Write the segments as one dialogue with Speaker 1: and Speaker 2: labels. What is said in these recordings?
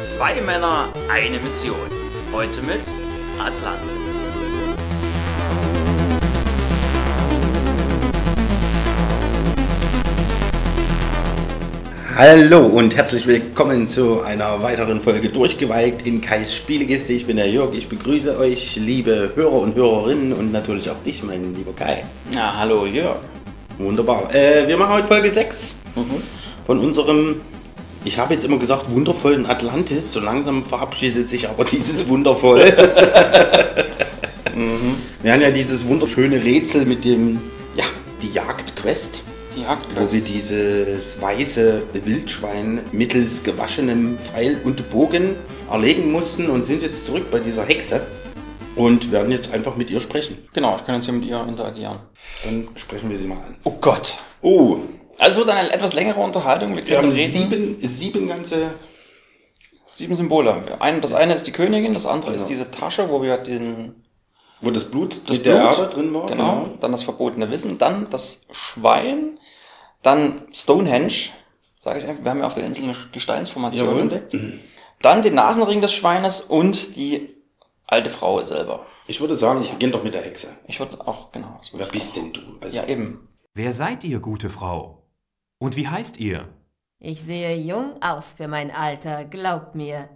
Speaker 1: Zwei Männer, eine Mission. Heute mit Atlantis.
Speaker 2: Hallo und herzlich willkommen zu einer weiteren Folge Durchgewalkt in Kais Spielegiste. Ich bin der Jörg, ich begrüße euch, liebe Hörer und Hörerinnen und natürlich auch dich, mein lieber Kai.
Speaker 1: Ja, hallo Jörg.
Speaker 2: Wunderbar. Äh, wir machen heute Folge 6
Speaker 1: Mhm.
Speaker 2: von unserem, ich habe jetzt immer gesagt, wundervollen Atlantis. So langsam verabschiedet sich aber dieses Wundervoll. Mhm. Wir haben ja dieses wunderschöne Rätsel mit dem, ja, die Jagdquest.
Speaker 1: Die
Speaker 2: wo wir
Speaker 1: Hackquest.
Speaker 2: dieses weiße Wildschwein mittels gewaschenem Pfeil und Bogen erlegen mussten und sind jetzt zurück bei dieser Hexe und werden jetzt einfach mit ihr sprechen.
Speaker 1: Genau, ich kann jetzt hier mit ihr interagieren.
Speaker 2: Dann sprechen wir sie mal an.
Speaker 1: Oh Gott.
Speaker 2: Oh,
Speaker 1: Also dann eine etwas längere Unterhaltung. Wir
Speaker 2: wir
Speaker 1: können
Speaker 2: haben
Speaker 1: reden.
Speaker 2: sieben, sieben ganze...
Speaker 1: Sieben Symbole haben wir. Ein, das eine ist die Königin, das andere ist
Speaker 2: Genau.
Speaker 1: diese Tasche, wo wir den
Speaker 2: Wo das Blut das
Speaker 1: das
Speaker 2: mit der Erde drin war.
Speaker 1: Genau. Dann das verbotene Wissen, dann das Schwein, dann Stonehenge, sage ich einfach. Wir haben ja auf der Insel eine Gesteinsformation
Speaker 2: Jawohl. Mhm.
Speaker 1: entdeckt. Dann den Nasenring des Schweines und die alte Frau selber.
Speaker 2: Ich würde sagen, ich beginne doch mit der Hexe.
Speaker 1: Ich würde auch, genau. das
Speaker 2: Wer
Speaker 1: würde ich
Speaker 2: bist denn du?
Speaker 1: auch.
Speaker 2: Also,
Speaker 1: Ja, eben.
Speaker 3: Wer seid ihr, gute Frau? Und wie heißt ihr?
Speaker 4: Ich sehe jung aus für mein Alter, glaubt mir.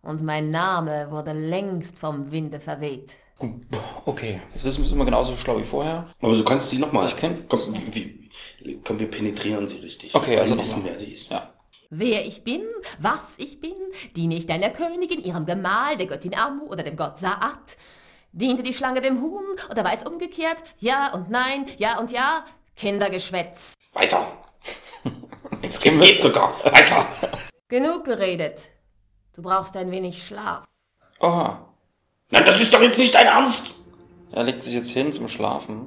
Speaker 4: Und mein Name wurde längst vom Winde verweht.
Speaker 1: Okay. Das Wissen ist immer genauso schlau wie vorher.
Speaker 2: Aber du kannst sie nochmal...
Speaker 1: Ich kenn-
Speaker 2: Komm, wie, komm, wir penetrieren sie richtig.
Speaker 1: Okay,
Speaker 2: wir
Speaker 1: also
Speaker 2: wollen wissen,
Speaker 1: nochmal.
Speaker 2: wer sie ist.
Speaker 1: Ja.
Speaker 4: Wer ich bin, was ich bin, diene ich deiner Königin, ihrem Gemahl, der Göttin Amu oder dem Gott Saat? Diente die Schlange dem Huhn oder war es umgekehrt? Ja und nein, ja und ja, Kindergeschwätz.
Speaker 2: Weiter. Jetzt geht's geht sogar. Weiter.
Speaker 4: Genug geredet. Du brauchst ein wenig Schlaf.
Speaker 1: Oha.
Speaker 2: Nein, das ist doch jetzt nicht dein Ernst.
Speaker 1: Er legt sich jetzt hin zum Schlafen.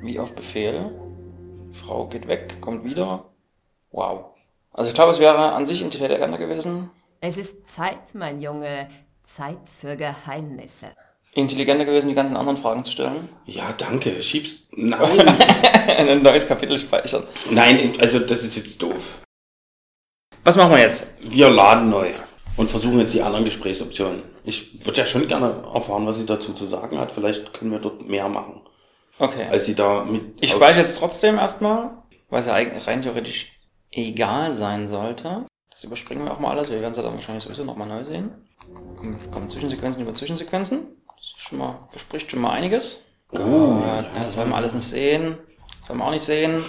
Speaker 1: Wie auf Befehl. Frau geht weg, kommt wieder. Wow. Also ich glaube, es wäre an sich intelligenter gewesen.
Speaker 4: Es ist Zeit, mein Junge, Zeit für Geheimnisse.
Speaker 1: Intelligenter gewesen, die ganzen anderen Fragen zu stellen.
Speaker 2: Ja, danke. Schiebst. Nein.
Speaker 1: Ein neues Kapitel speichern.
Speaker 2: Nein, also das ist jetzt doof.
Speaker 1: Was machen wir jetzt?
Speaker 2: Wir laden neu und versuchen jetzt die anderen Gesprächsoptionen. Ich würde ja schon gerne erfahren, was sie dazu zu sagen hat. Vielleicht können wir dort mehr machen,
Speaker 1: Okay.
Speaker 2: als sie da mit.
Speaker 1: ich speichere jetzt trotzdem erstmal, weil es ja eigentlich rein theoretisch egal sein sollte. Das überspringen wir auch mal alles. Wir werden es ja dann wahrscheinlich sowieso nochmal neu sehen. Kommen, kommen Zwischensequenzen über Zwischensequenzen. Das ist schon mal, verspricht schon mal einiges.
Speaker 2: Oh.
Speaker 1: Ja, das wollen wir alles nicht sehen. Das wollen wir auch nicht sehen.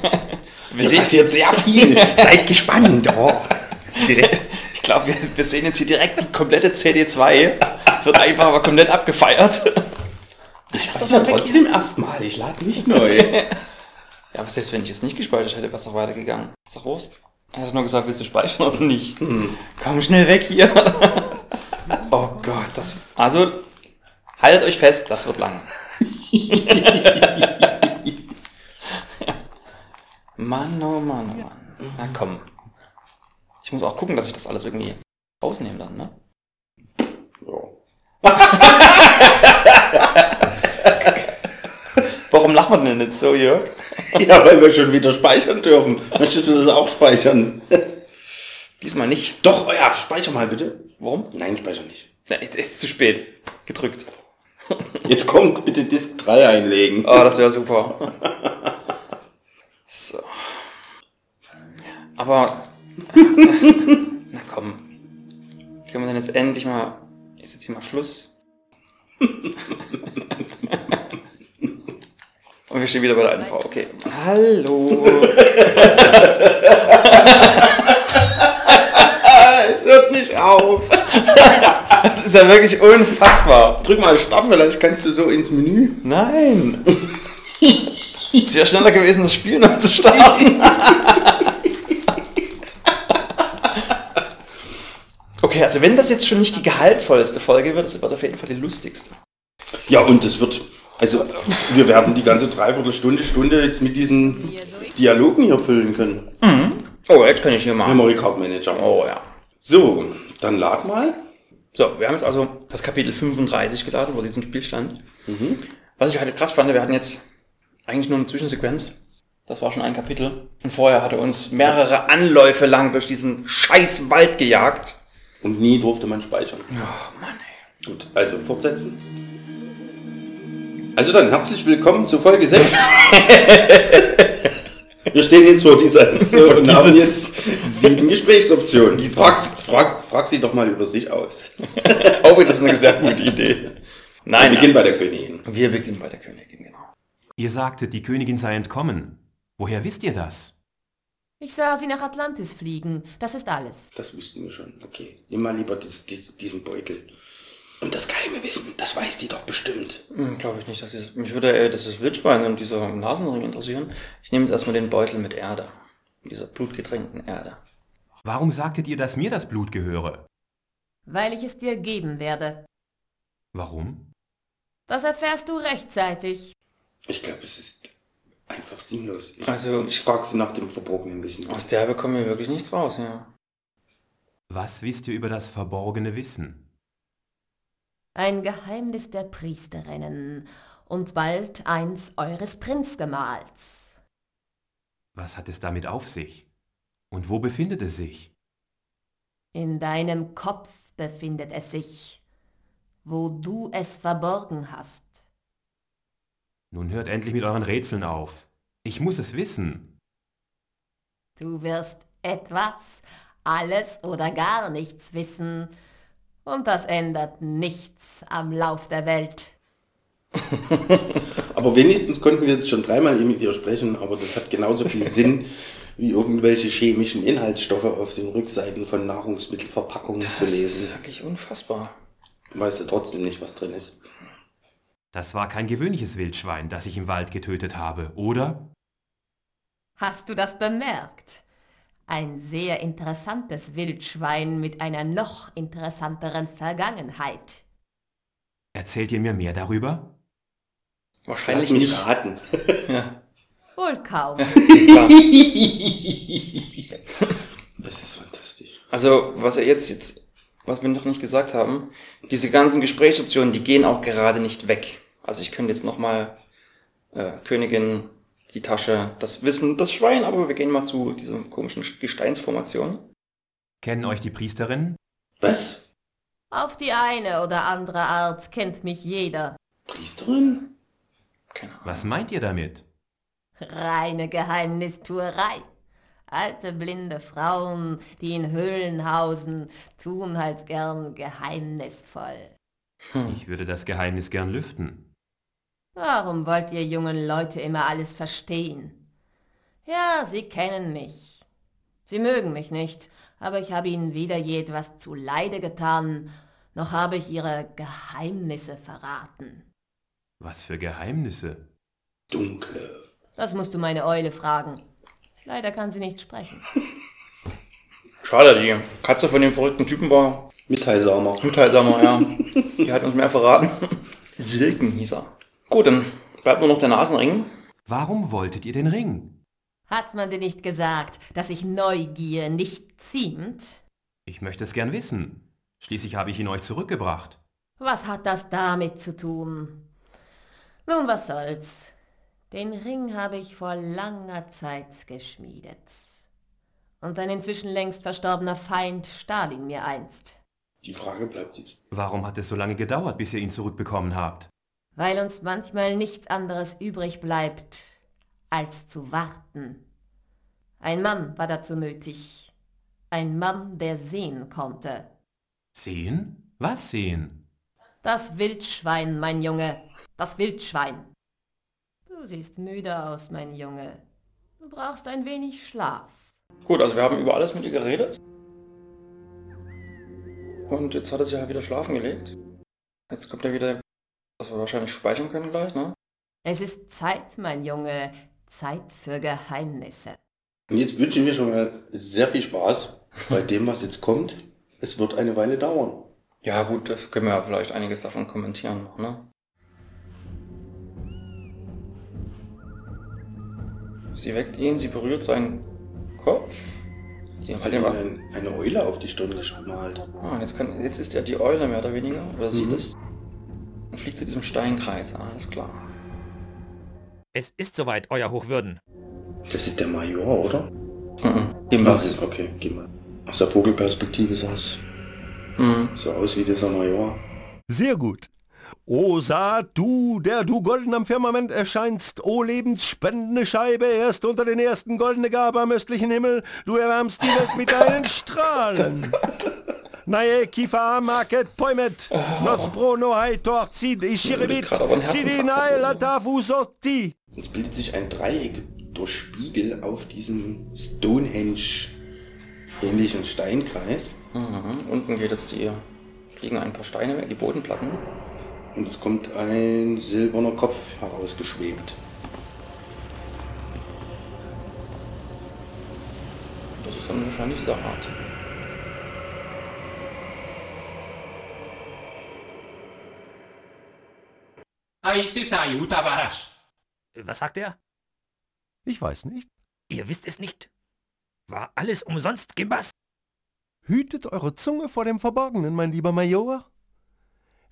Speaker 1: wir
Speaker 2: Hier
Speaker 1: sehen
Speaker 2: passiert sehr viel. Seid gespannt. Oh. Direkt.
Speaker 1: ich glaube, wir, wir sehen jetzt hier direkt die komplette CD2. Es wird einfach aber komplett abgefeiert.
Speaker 2: Das ist ja trotzdem erstmal. Ich lade nicht neu.
Speaker 1: Ja, aber selbst wenn ich jetzt nicht gespeichert hätte, wäre es doch weitergegangen. Ist doch Wurst. Er hat nur gesagt, willst du speichern oder nicht? Komm schnell weg hier. oh Gott, das. Also, haltet euch fest, das wird lang. Mann, oh Mann, oh Mann. Na komm. Ich muss auch gucken, dass ich das alles irgendwie rausnehme dann, ne? Warum lacht man denn jetzt so, Jörg?
Speaker 2: ja, weil wir schon wieder speichern dürfen. Möchtest du das auch speichern?
Speaker 1: Diesmal nicht.
Speaker 2: Doch, oh ja, speicher mal bitte.
Speaker 1: Warum?
Speaker 2: Nein, speicher nicht.
Speaker 1: Nein, es ist zu spät. Gedrückt.
Speaker 2: Jetzt kommt bitte Disk 3 einlegen.
Speaker 1: Oh, das wäre super. So. Aber. Na komm. Können wir denn jetzt endlich mal. Ist jetzt hier mal Schluss? Und wir stehen wieder bei der alten Frau. Okay. Hallo.
Speaker 2: Es hört nicht auf.
Speaker 1: Das ist ja wirklich unfassbar.
Speaker 2: Drück mal Start, vielleicht kannst du so ins Menü.
Speaker 1: Nein. Es wäre schneller gewesen, das Spiel neu zu starten. Okay, also wenn das jetzt schon nicht die gehaltvollste Folge wird, es wird auf jeden Fall die lustigste.
Speaker 2: Ja, und es wird. Also, wir werden die ganze Dreiviertelstunde, Stunde jetzt mit diesen Dialogen hier füllen können.
Speaker 1: Oh, jetzt kann ich hier mal.
Speaker 2: Memory Card Manager.
Speaker 1: Oh ja.
Speaker 2: So, dann lad mal.
Speaker 1: So, wir haben jetzt also das Kapitel 35 geladen, wo Mhm. diesen Spielstand. Was ich halt krass fand, wir hatten jetzt eigentlich nur eine Zwischensequenz. Das war schon ein Kapitel. Und vorher hat er uns mehrere Anläufe lang durch diesen scheiß Wald gejagt.
Speaker 2: Und nie durfte man speichern.
Speaker 1: Oh Mann, ey.
Speaker 2: Gut, also fortsetzen. Also dann herzlich willkommen zu Folge 6. Wir stehen jetzt vor dieser so, und haben jetzt
Speaker 1: Dieses-
Speaker 2: sieben Gesprächsoptionen.
Speaker 1: Dieses-
Speaker 2: Frag, frag, frag sie doch mal über sich aus.
Speaker 1: Oh, das ist eine sehr gute Idee.
Speaker 2: Wir
Speaker 1: Nein,
Speaker 2: beginnen bei der Königin.
Speaker 1: nein. wir beginnen bei der Königin, genau.
Speaker 3: Ihr sagtet, die Königin sei entkommen. Woher wisst ihr das?
Speaker 4: Ich sah sie nach Atlantis fliegen. Das ist alles.
Speaker 2: Das wussten wir schon. Okay. Nimm mal lieber dies, dies, diesen Beutel. Und das geheime Wissen, das weiß die doch bestimmt.
Speaker 1: Hm, Glaube ich nicht, dass es, mich würde äh, dieses Wildschwein und dieser Nasenring interessieren. Ich nehme jetzt erstmal den Beutel mit Erde. Mit Dieser blutgetränkten Erde.
Speaker 3: Warum sagtet ihr, dass mir das Blut gehöre?
Speaker 4: Weil ich es dir geben werde.
Speaker 3: Warum?
Speaker 4: Das erfährst du rechtzeitig.
Speaker 2: Ich glaube, es ist einfach sinnlos. Ich,
Speaker 1: Also-
Speaker 2: ich frage sie nach dem verborgenen Wissen.
Speaker 1: Aus der bekommen wir wirklich nichts raus, ja.
Speaker 3: Was wisst ihr über das verborgene Wissen?
Speaker 4: Ein Geheimnis der Priesterinnen und bald eins eures Prinzgemahls.
Speaker 3: Was hat es damit auf sich? Und wo befindet es sich?
Speaker 4: In deinem Kopf befindet es sich, wo du es verborgen hast.
Speaker 3: Nun hört endlich mit euren Rätseln auf. Ich muss es wissen.
Speaker 4: Du wirst etwas, alles oder gar nichts wissen. Und das ändert nichts am Lauf der Welt.
Speaker 2: Aber wenigstens konnten wir jetzt schon dreimal eben mit ihr sprechen, aber das hat genauso viel Sinn wie irgendwelche chemischen Inhaltsstoffe auf den Rückseiten von Nahrungsmittelverpackungen zu lesen.
Speaker 1: ist wirklich unfassbar.
Speaker 2: Weißt du trotzdem nicht, was drin ist.
Speaker 3: Das war kein gewöhnliches Wildschwein, das ich im Wald getötet habe, oder?
Speaker 4: Hast du das bemerkt? Ein sehr interessantes Wildschwein mit einer noch interessanteren Vergangenheit.
Speaker 3: Erzählt ihr mir mehr darüber?
Speaker 1: Wahrscheinlich
Speaker 2: Lass mich
Speaker 1: nicht.
Speaker 2: raten.
Speaker 1: Ja.
Speaker 4: Wohl kaum.
Speaker 1: Klar.
Speaker 2: Das ist fantastisch.
Speaker 1: Also, was er jetzt, jetzt, was wir noch nicht gesagt haben, diese ganzen Gesprächsoptionen, die gehen auch gerade nicht weg. Also ich könnte jetzt nochmal äh, Königin, die Tasche, das Wissen, das Schwein, aber wir gehen mal zu dieser komischen Gesteinsformation.
Speaker 3: Kennen euch die Priesterinnen?
Speaker 2: Was?
Speaker 4: Auf die eine oder andere Art kennt mich jeder.
Speaker 2: Priesterin?
Speaker 1: Keine Ahnung.
Speaker 3: Was meint ihr damit?
Speaker 4: Reine Geheimnistuerei. Alte blinde Frauen, die in Höhlen hausen, tun halt gern geheimnisvoll.
Speaker 1: Hm.
Speaker 3: Ich würde das Geheimnis gern lüften.
Speaker 4: Warum wollt ihr jungen Leute immer alles verstehen? Ja, sie kennen mich. Sie mögen mich nicht, aber ich habe ihnen weder je etwas zu Leide getan, noch habe ich ihre Geheimnisse verraten.
Speaker 3: Was für Geheimnisse?
Speaker 2: Dunkle.
Speaker 4: Das musst du meine Eule fragen. Leider kann sie nicht sprechen.
Speaker 1: Schade, die Katze von dem verrückten Typen war
Speaker 2: Mitteilsamer.
Speaker 1: mitteilsamer, ja. Die hat uns mehr verraten. Silken hieß er. Gut, dann bleibt nur noch der Nasenring.
Speaker 3: Warum wolltet ihr den Ring?
Speaker 4: Hat man dir nicht gesagt, dass sich Neugier nicht ziemt?
Speaker 3: Ich möchte es gern wissen. Schließlich habe ich ihn euch zurückgebracht.
Speaker 4: Was hat das damit zu tun? Nun, was soll's. Den Ring habe ich vor langer Zeit geschmiedet. Und ein inzwischen längst verstorbener Feind stahl ihn mir einst,
Speaker 2: Die Frage bleibt jetzt.
Speaker 3: Warum hat es so lange gedauert, bis ihr ihn zurückbekommen habt?
Speaker 4: weil uns manchmal nichts anderes übrig bleibt, als zu warten. Ein Mann war dazu nötig. Ein Mann, der sehen konnte.
Speaker 3: Sehen? Was sehen?
Speaker 4: Das Wildschwein, mein Junge. Das Wildschwein. Du siehst müde aus, mein Junge. Du brauchst ein wenig Schlaf.
Speaker 1: Gut, also wir haben über alles mit ihr geredet. Und jetzt hat er sich halt wieder schlafen gelegt. Jetzt kommt er wieder, was wir wahrscheinlich speichern können gleich, ne?
Speaker 4: Es ist Zeit, mein Junge. Zeit für Geheimnisse.
Speaker 2: Und jetzt wünsche ich mir schon mal sehr viel Spaß bei dem, was jetzt kommt. Es wird eine Weile dauern.
Speaker 1: Ja gut, das können wir ja vielleicht einiges davon kommentieren noch, ne? Sie weckt ihn, sie berührt seinen Kopf. Sie
Speaker 2: Sie
Speaker 1: hat
Speaker 2: hat
Speaker 1: den
Speaker 2: ihm
Speaker 1: Waffen.
Speaker 2: ein, eine Eule auf die Stirn halt? geschmalt.
Speaker 1: Ah, und jetzt, kann, jetzt ist er die Eule mehr oder weniger, oder sieht
Speaker 2: Mhm.
Speaker 1: es. Und fliegt zu diesem Steinkreis, alles klar.
Speaker 5: Es ist soweit, Euer Hochwürden.
Speaker 2: Das ist der Major, oder?
Speaker 1: Mhm.
Speaker 2: Geh mal. Okay, geh mal. Aus der Vogelperspektive sah es
Speaker 1: Mhm.
Speaker 2: so aus wie dieser Major.
Speaker 5: Sehr gut. O Saat, du, der du golden am Firmament erscheinst, o lebensspendende Scheibe, erst unter den ersten goldene Gabe am östlichen Himmel, du erwärmst die Welt mit deinen Strahlen. Nae, Kifa, Market, Poimet, Nospro, Nohai, Torcid, Ishiribit,
Speaker 1: gerade aber einen
Speaker 5: Sidi,
Speaker 1: Herzinfarkt
Speaker 5: Nae,
Speaker 1: bekommen.
Speaker 5: Latafu, Sorti.
Speaker 2: Jetzt bildet sich ein Dreieck durch Spiegel auf diesem Stonehenge-ähnlichen Steinkreis.
Speaker 1: Mhm. Unten geht jetzt die, fliegen ein paar Steine weg, die Bodenplatten.
Speaker 2: Und es kommt ein silberner Kopf herausgeschwebt.
Speaker 1: Das ist dann wahrscheinlich Saat.
Speaker 6: Äh, Was sagt er?
Speaker 5: Ich weiß nicht.
Speaker 6: Ihr wisst es nicht. War alles umsonst gebastelt.
Speaker 5: Hütet eure Zunge vor dem Verborgenen, mein lieber Major.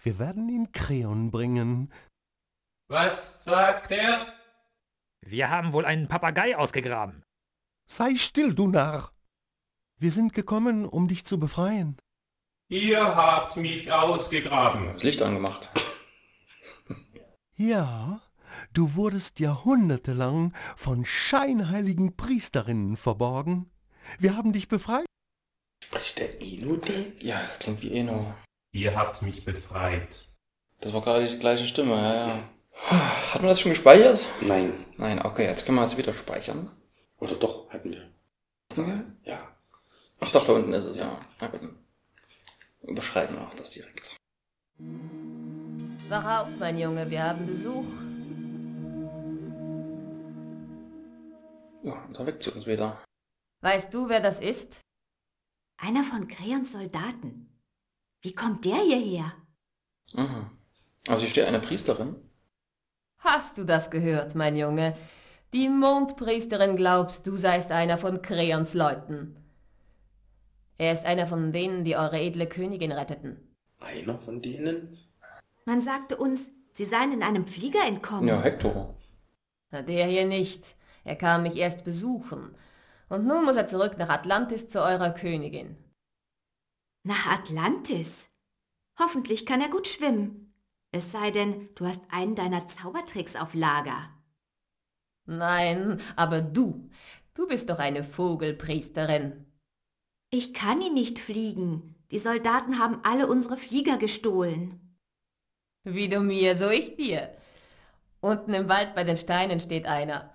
Speaker 5: Wir werden ihn Kreon bringen.
Speaker 6: Wir haben wohl einen Papagei ausgegraben.
Speaker 5: Sei still, du Narr! Wir sind gekommen, um dich zu befreien.
Speaker 7: Ihr habt mich ausgegraben.
Speaker 1: Das Licht angemacht.
Speaker 5: Ja, du wurdest jahrhundertelang von scheinheiligen Priesterinnen verborgen. Wir haben dich befreit.
Speaker 2: Spricht der Eno den?
Speaker 1: Ja, das klingt wie Eno.
Speaker 7: Ihr habt mich befreit.
Speaker 1: Das war gerade die gleiche Stimme, ja, ja. Hat man das schon gespeichert?
Speaker 2: Nein.
Speaker 1: Nein, okay, jetzt können wir es wieder speichern.
Speaker 2: Oder doch, hatten wir. Ja.
Speaker 1: Ach doch, da unten ist es, ja. Na gut. Überschreiben wir auch das direkt.
Speaker 4: Wach auf, mein Junge, wir haben Besuch.
Speaker 1: Ja, und da weckt sie uns wieder.
Speaker 4: Weißt du, wer das ist?
Speaker 8: Einer von Creons Soldaten. Wie kommt der hierher?
Speaker 1: Mhm. Also hier steht eine Priesterin.
Speaker 4: Hast du das gehört, mein Junge? Die Mondpriesterin glaubt, du seist einer von Kreons Leuten. Er ist einer von denen, die eure edle Königin retteten.
Speaker 2: Einer von denen?
Speaker 8: Man sagte uns, sie seien in einem Flieger entkommen.
Speaker 1: Ja, Hector.
Speaker 4: Na, Der hier nicht. Er kam mich erst besuchen. Und nun muss er zurück nach Atlantis zu eurer Königin.
Speaker 8: Nach Atlantis. Hoffentlich kann er gut schwimmen. Es sei denn, du hast einen deiner Zaubertricks auf Lager.
Speaker 4: Nein, aber du. Du bist doch eine Vogelpriesterin.
Speaker 8: Ich kann ihn nicht fliegen. Die Soldaten haben alle unsere Flieger gestohlen.
Speaker 4: Wie du mir, so ich dir. Unten im Wald bei den Steinen steht einer.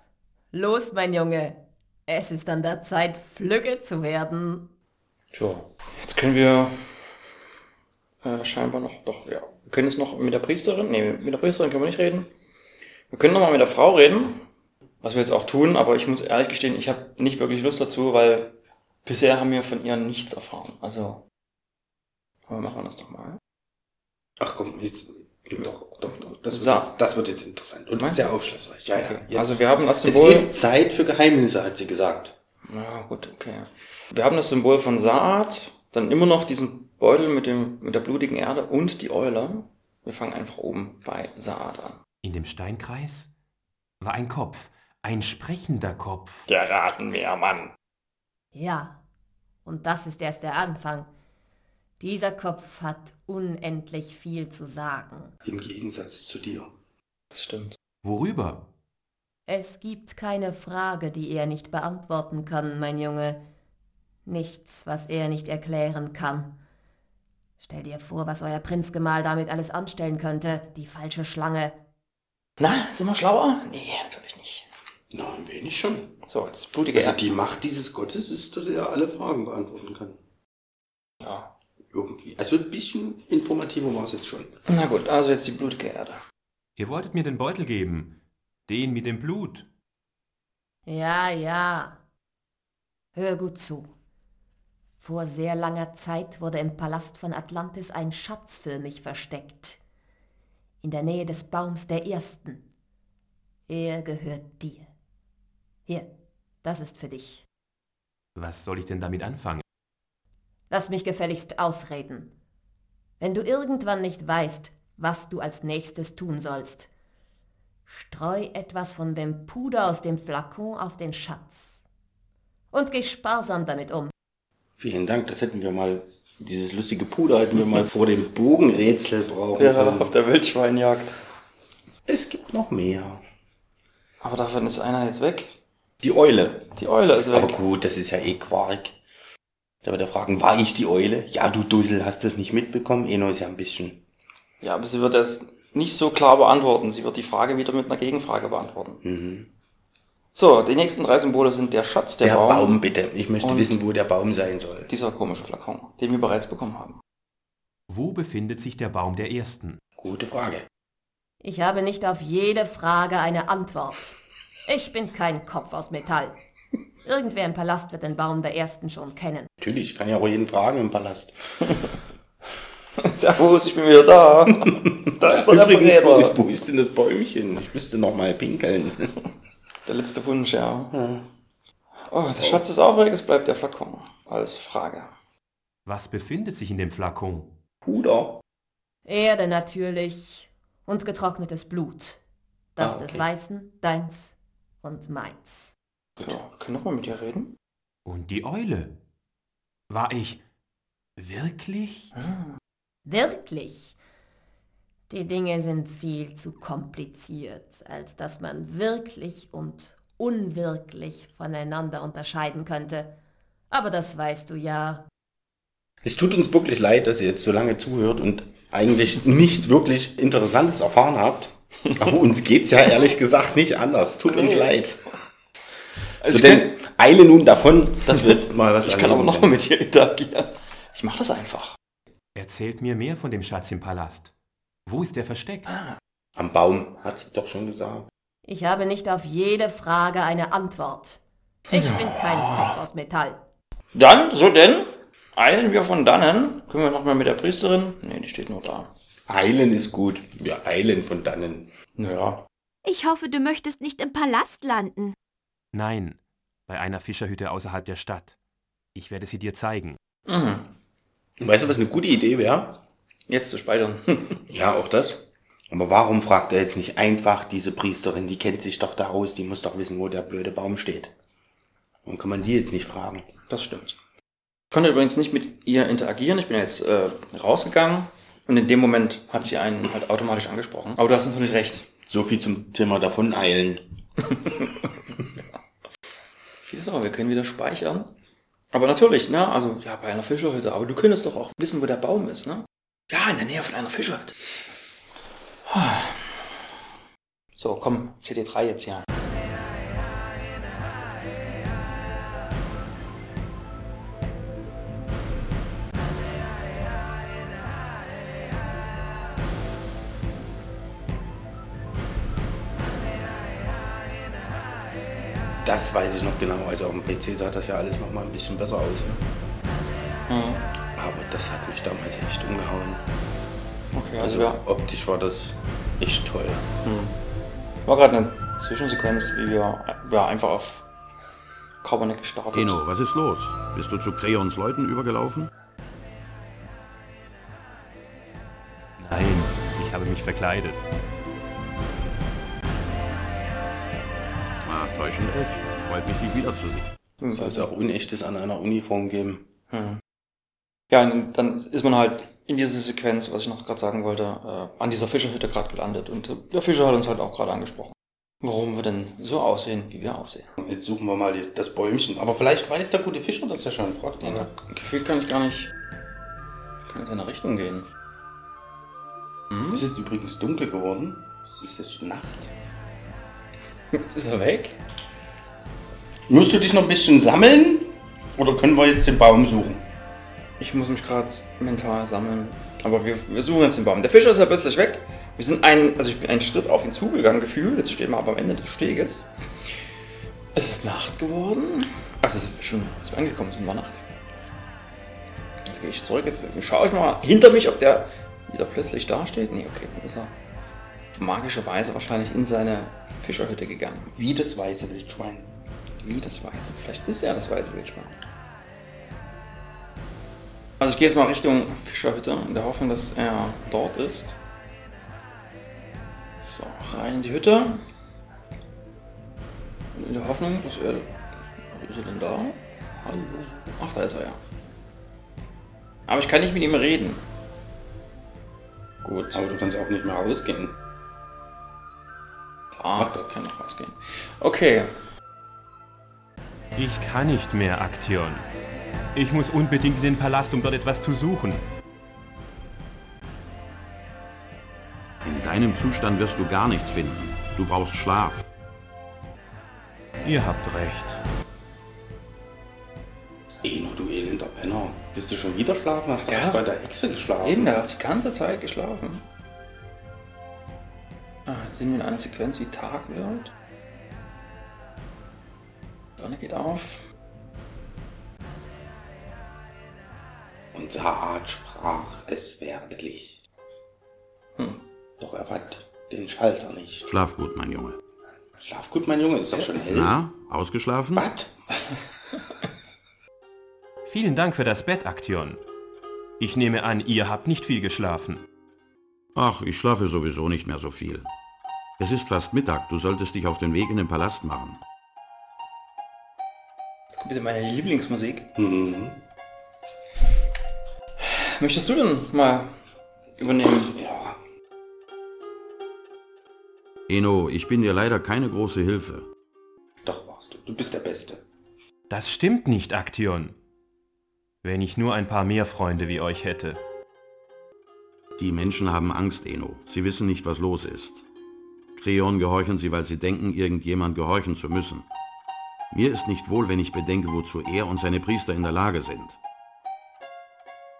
Speaker 4: Los, mein Junge, es ist an der Zeit, Flügge zu werden.
Speaker 1: Tja, jetzt können wir äh, scheinbar noch, doch, ja. Wir können jetzt noch mit der Priesterin, nee, mit der Priesterin können wir nicht reden. Wir können nochmal mit der Frau reden, was wir jetzt auch tun, aber ich muss ehrlich gestehen, ich habe nicht wirklich Lust dazu, weil bisher haben wir von ihr nichts erfahren. Also, aber machen wir das doch mal.
Speaker 2: Ach komm, jetzt. Doch, doch, doch. Das,
Speaker 1: So.
Speaker 2: wird jetzt, das wird jetzt interessant und
Speaker 1: Meinst
Speaker 2: sehr
Speaker 1: du?
Speaker 2: aufschlussreich. Ja, ja.
Speaker 1: Okay.
Speaker 2: Jetzt-
Speaker 1: Also wir haben das
Speaker 2: es
Speaker 1: Symbol.
Speaker 2: ist Zeit für Geheimnisse, hat sie gesagt.
Speaker 1: Ja, gut, okay. Wir haben das Symbol von Saat, dann immer noch diesen Beutel mit, dem, mit der blutigen Erde und die Eule. Wir fangen einfach oben bei Saat an.
Speaker 3: In dem Steinkreis war ein Kopf, ein sprechender Kopf.
Speaker 2: Der Rasenmähermann.
Speaker 4: Ja, und das ist erst der Anfang. Dieser Kopf hat unendlich viel zu sagen.
Speaker 2: Im Gegensatz zu dir.
Speaker 1: Das stimmt.
Speaker 3: Worüber?
Speaker 4: Es gibt keine Frage, die er nicht beantworten kann, mein Junge. Nichts, was er nicht erklären kann. Stell dir vor, was euer Prinzgemahl damit alles anstellen könnte, die falsche Schlange.
Speaker 1: Na, sind wir schlauer? Nee, natürlich nicht.
Speaker 2: Na, ein wenig schon.
Speaker 1: So, jetzt blutige
Speaker 2: Also
Speaker 1: Erde.
Speaker 2: die Macht dieses Gottes ist, dass er alle Fragen beantworten kann.
Speaker 1: Ja.
Speaker 2: Irgendwie. Also ein bisschen informativer war es jetzt schon.
Speaker 1: Na gut, also jetzt die blutige Erde.
Speaker 3: Ihr wolltet mir den Beutel geben. Den mit dem Blut.
Speaker 4: Ja, ja. Hör gut zu. Vor sehr langer Zeit wurde im Palast von Atlantis ein Schatz für mich versteckt. In der Nähe des Baums der Ersten. Er gehört dir. Hier, das ist für dich.
Speaker 3: Was soll ich denn damit anfangen?
Speaker 4: Lass mich gefälligst ausreden. Wenn du irgendwann nicht weißt, was du als nächstes tun sollst, Streu etwas von dem Puder aus dem Flakon auf den Schatz. Und geh sparsam damit um.
Speaker 2: Vielen Dank, das hätten wir mal, dieses lustige Puder hätten wir mal vor dem Bogenrätsel brauchen
Speaker 1: Ja,
Speaker 2: können.
Speaker 1: auf der Wildschweinjagd.
Speaker 2: Es gibt noch mehr.
Speaker 1: Aber davon ist einer jetzt weg.
Speaker 2: Die Eule.
Speaker 1: Die Eule ist
Speaker 2: Aber
Speaker 1: weg.
Speaker 2: gut, das ist ja eh Quark. Da wird er fragen, war ich die Eule? Ja, du Dussel, hast du es nicht mitbekommen? Eno ist ja ein bisschen.
Speaker 1: Ja, aber sie wird das nicht so klar beantworten. Sie wird die Frage wieder mit einer Gegenfrage beantworten.
Speaker 2: Mhm.
Speaker 1: So, die nächsten drei Symbole sind der Schatz, der,
Speaker 2: Der Baum.
Speaker 1: Baum,
Speaker 2: bitte. Ich möchte
Speaker 1: Und-
Speaker 2: wissen, wo der Baum sein soll.
Speaker 1: dieser komische Flakon, den wir bereits bekommen haben.
Speaker 3: Wo befindet sich der Baum der Ersten?
Speaker 2: Gute Frage.
Speaker 4: Ich habe nicht auf jede Frage eine Antwort. Ich bin kein Kopf aus Metall. Irgendwer im Palast wird den Baum der Ersten schon kennen.
Speaker 2: Natürlich, ich kann ja auch jeden fragen im Palast.
Speaker 1: Servus, ich bin wieder da. da ist der
Speaker 2: Übrigens, wo
Speaker 1: Verräter.
Speaker 2: ist, wo ist denn das Bäumchen? Ich müsste noch mal pinkeln.
Speaker 1: Der letzte Wunsch, ja. Oh, der Schatz ist auch weg, es bleibt der Flakon. Als Frage.
Speaker 3: Was befindet sich in dem Flakon?
Speaker 2: Puder.
Speaker 4: Erde natürlich und getrocknetes Blut. Das
Speaker 1: Ah, okay.
Speaker 4: des Weißen, deins und meins.
Speaker 1: So, wir können nochmal mit dir reden?
Speaker 3: Und die Eule? War ich wirklich?
Speaker 4: Wirklich. Die Dinge sind viel zu kompliziert, als dass man wirklich und unwirklich voneinander unterscheiden könnte. Aber das weißt du ja.
Speaker 2: Es tut uns wirklich leid, dass ihr jetzt so lange zuhört und eigentlich nichts wirklich Interessantes erfahren habt. Aber uns geht's ja ehrlich gesagt nicht anders. Tut uns
Speaker 1: Nee.
Speaker 2: leid.
Speaker 1: Also
Speaker 2: so, denn eile nun davon, dass wir jetzt mal was
Speaker 1: Ich kann aber
Speaker 2: erleben
Speaker 1: nochmal
Speaker 2: können.
Speaker 1: mit dir interagieren. Ich mach das einfach.
Speaker 3: Erzählt mir mehr von dem Schatz im Palast. Wo ist der versteckt?
Speaker 2: Am Baum, hat sie doch schon gesagt.
Speaker 4: Ich habe nicht auf jede Frage eine Antwort. Ich bin kein Kopf aus Metall.
Speaker 1: Dann, so denn, eilen wir von dannen. Können wir nochmal mit der Priesterin? Nee, die steht nur da.
Speaker 2: Eilen ist gut. Wir eilen von dannen.
Speaker 1: Naja.
Speaker 8: Ich hoffe, du möchtest nicht im Palast landen.
Speaker 3: Nein, bei einer Fischerhütte außerhalb der Stadt. Ich werde sie dir zeigen.
Speaker 1: Mhm.
Speaker 2: Und weißt du, was eine gute Idee wäre?
Speaker 1: Jetzt zu speichern.
Speaker 2: Ja, auch das. Aber warum fragt er jetzt nicht einfach diese Priesterin? Die kennt sich doch da aus. Die muss doch wissen, wo der blöde Baum steht. Warum kann man die jetzt nicht fragen?
Speaker 1: Das stimmt. Ich konnte übrigens nicht mit ihr interagieren. Ich bin jetzt äh, rausgegangen und in dem Moment hat sie einen halt automatisch angesprochen. Aber du hast natürlich recht.
Speaker 2: So viel zum Thema davon eilen.
Speaker 1: Vieles aber, wir können wieder speichern. Aber natürlich, ne? Also, ja, bei einer Fischerhütte. Aber du könntest doch auch wissen, wo der Baum ist, ne? Ja, in der Nähe von einer Fischerhütte. So, komm, CD3 jetzt hier.
Speaker 2: Das weiß ich noch genau. Also auf dem PC sah das ja alles noch mal ein bisschen besser aus. Ne?
Speaker 1: Mhm.
Speaker 2: Aber das hat mich damals echt umgehauen.
Speaker 1: Okay, also
Speaker 2: Also
Speaker 1: wir,
Speaker 2: optisch war das echt toll.
Speaker 1: war gerade eine Zwischensequenz, wie wir ja, einfach auf Kabernet gestartet.
Speaker 9: Eno, was ist los? Bist du zu Creons Leuten übergelaufen?
Speaker 3: Nein, ich habe mich verkleidet.
Speaker 9: Ah, täuschend recht. Freut mich, dich wiederzusehen.
Speaker 1: Mhm.
Speaker 2: Soll es ja Unechtes an einer Uniform geben.
Speaker 1: Hm. Ja, und dann ist man halt in dieser Sequenz, was ich noch gerade sagen wollte, äh, an dieser Fischerhütte gerade gelandet. Und äh, der Fischer hat uns halt auch gerade angesprochen, warum wir denn so aussehen, wie wir aussehen.
Speaker 2: Jetzt suchen wir mal die, das Bäumchen. Aber vielleicht weiß der gute Fischer das ja schon. Fragt ihn.
Speaker 1: Ja, gefühlt kann ich gar nicht kann in seine Richtung gehen. Hm?
Speaker 2: Es ist übrigens dunkel geworden. Es ist jetzt Nacht.
Speaker 1: Jetzt ist er weg.
Speaker 2: Musst du dich noch ein bisschen sammeln? Oder können wir jetzt den Baum suchen?
Speaker 1: Ich muss mich gerade mental sammeln. Aber wir, wir suchen jetzt den Baum. Der Fischer ist ja plötzlich weg. Wir sind einen, also ich bin einen Schritt auf ihn zugegangen, gefühlt. Jetzt stehen wir aber am Ende des Steges. Es ist Nacht geworden. Also es ist schon, als wir angekommen sind, war Nacht. Jetzt gehe ich zurück, jetzt schaue ich mal hinter mich, ob der wieder plötzlich dasteht. Nee, okay, dann ist er auf magische Weise wahrscheinlich in seine Fischerhütte gegangen.
Speaker 2: Wie das weiße Wildschwein.
Speaker 1: Wie das Weiße? Vielleicht ist er das Weiße Wildschwein. Also ich gehe jetzt mal Richtung Fischerhütte in der Hoffnung, dass er dort ist. So, rein in die Hütte. In der Hoffnung, dass er. Wo ist er denn da? Hallo. Ach, da ist er ja. Aber ich kann nicht mit ihm reden. Gut.
Speaker 2: Aber du kannst auch nicht mehr rausgehen.
Speaker 1: Ah, da kann noch was gehen. Okay.
Speaker 3: Ich kann nicht mehr, Aktion. Ich muss unbedingt in den Palast, um dort etwas zu suchen.
Speaker 9: In deinem Zustand wirst du gar nichts finden. Du brauchst Schlaf.
Speaker 3: Ihr habt recht.
Speaker 2: Eno, du elender Penner. Bist du schon wieder schlafen? Hast du
Speaker 1: Ja.
Speaker 2: erst bei der Hexe geschlafen?
Speaker 1: Eben, da habe ich die ganze Zeit geschlafen. Ah, jetzt sind wir in einer Sequenz, die Tag wird. Sonne geht auf.
Speaker 2: Und Saad sprach, es werde Licht. Hm. Doch er fand den Schalter nicht.
Speaker 9: Schlaf gut, mein Junge.
Speaker 2: Schlaf gut, mein Junge, ist doch schon hell.
Speaker 9: Na, Ah, ausgeschlafen?
Speaker 2: Was?
Speaker 3: Vielen Dank für das Bett, Aktion. Ich nehme an, ihr habt nicht viel geschlafen.
Speaker 9: Ach, ich schlafe sowieso nicht mehr so viel. Es ist fast Mittag, du solltest dich auf den Weg in den Palast machen.
Speaker 1: Jetzt kommt wieder meine Lieblingsmusik.
Speaker 2: Mhm.
Speaker 1: Möchtest du denn mal übernehmen?
Speaker 2: Ja.
Speaker 9: Eno, ich bin dir leider keine große Hilfe.
Speaker 2: Doch warst du. Du bist der Beste.
Speaker 3: Das stimmt nicht, Aktion. Wenn ich nur ein paar mehr Freunde wie euch hätte.
Speaker 9: Die Menschen haben Angst, Eno. Sie wissen nicht, was los ist. Kreon gehorchen sie, weil sie denken, irgendjemand gehorchen zu müssen. Mir ist nicht wohl, wenn ich bedenke, wozu er und seine Priester in der Lage sind.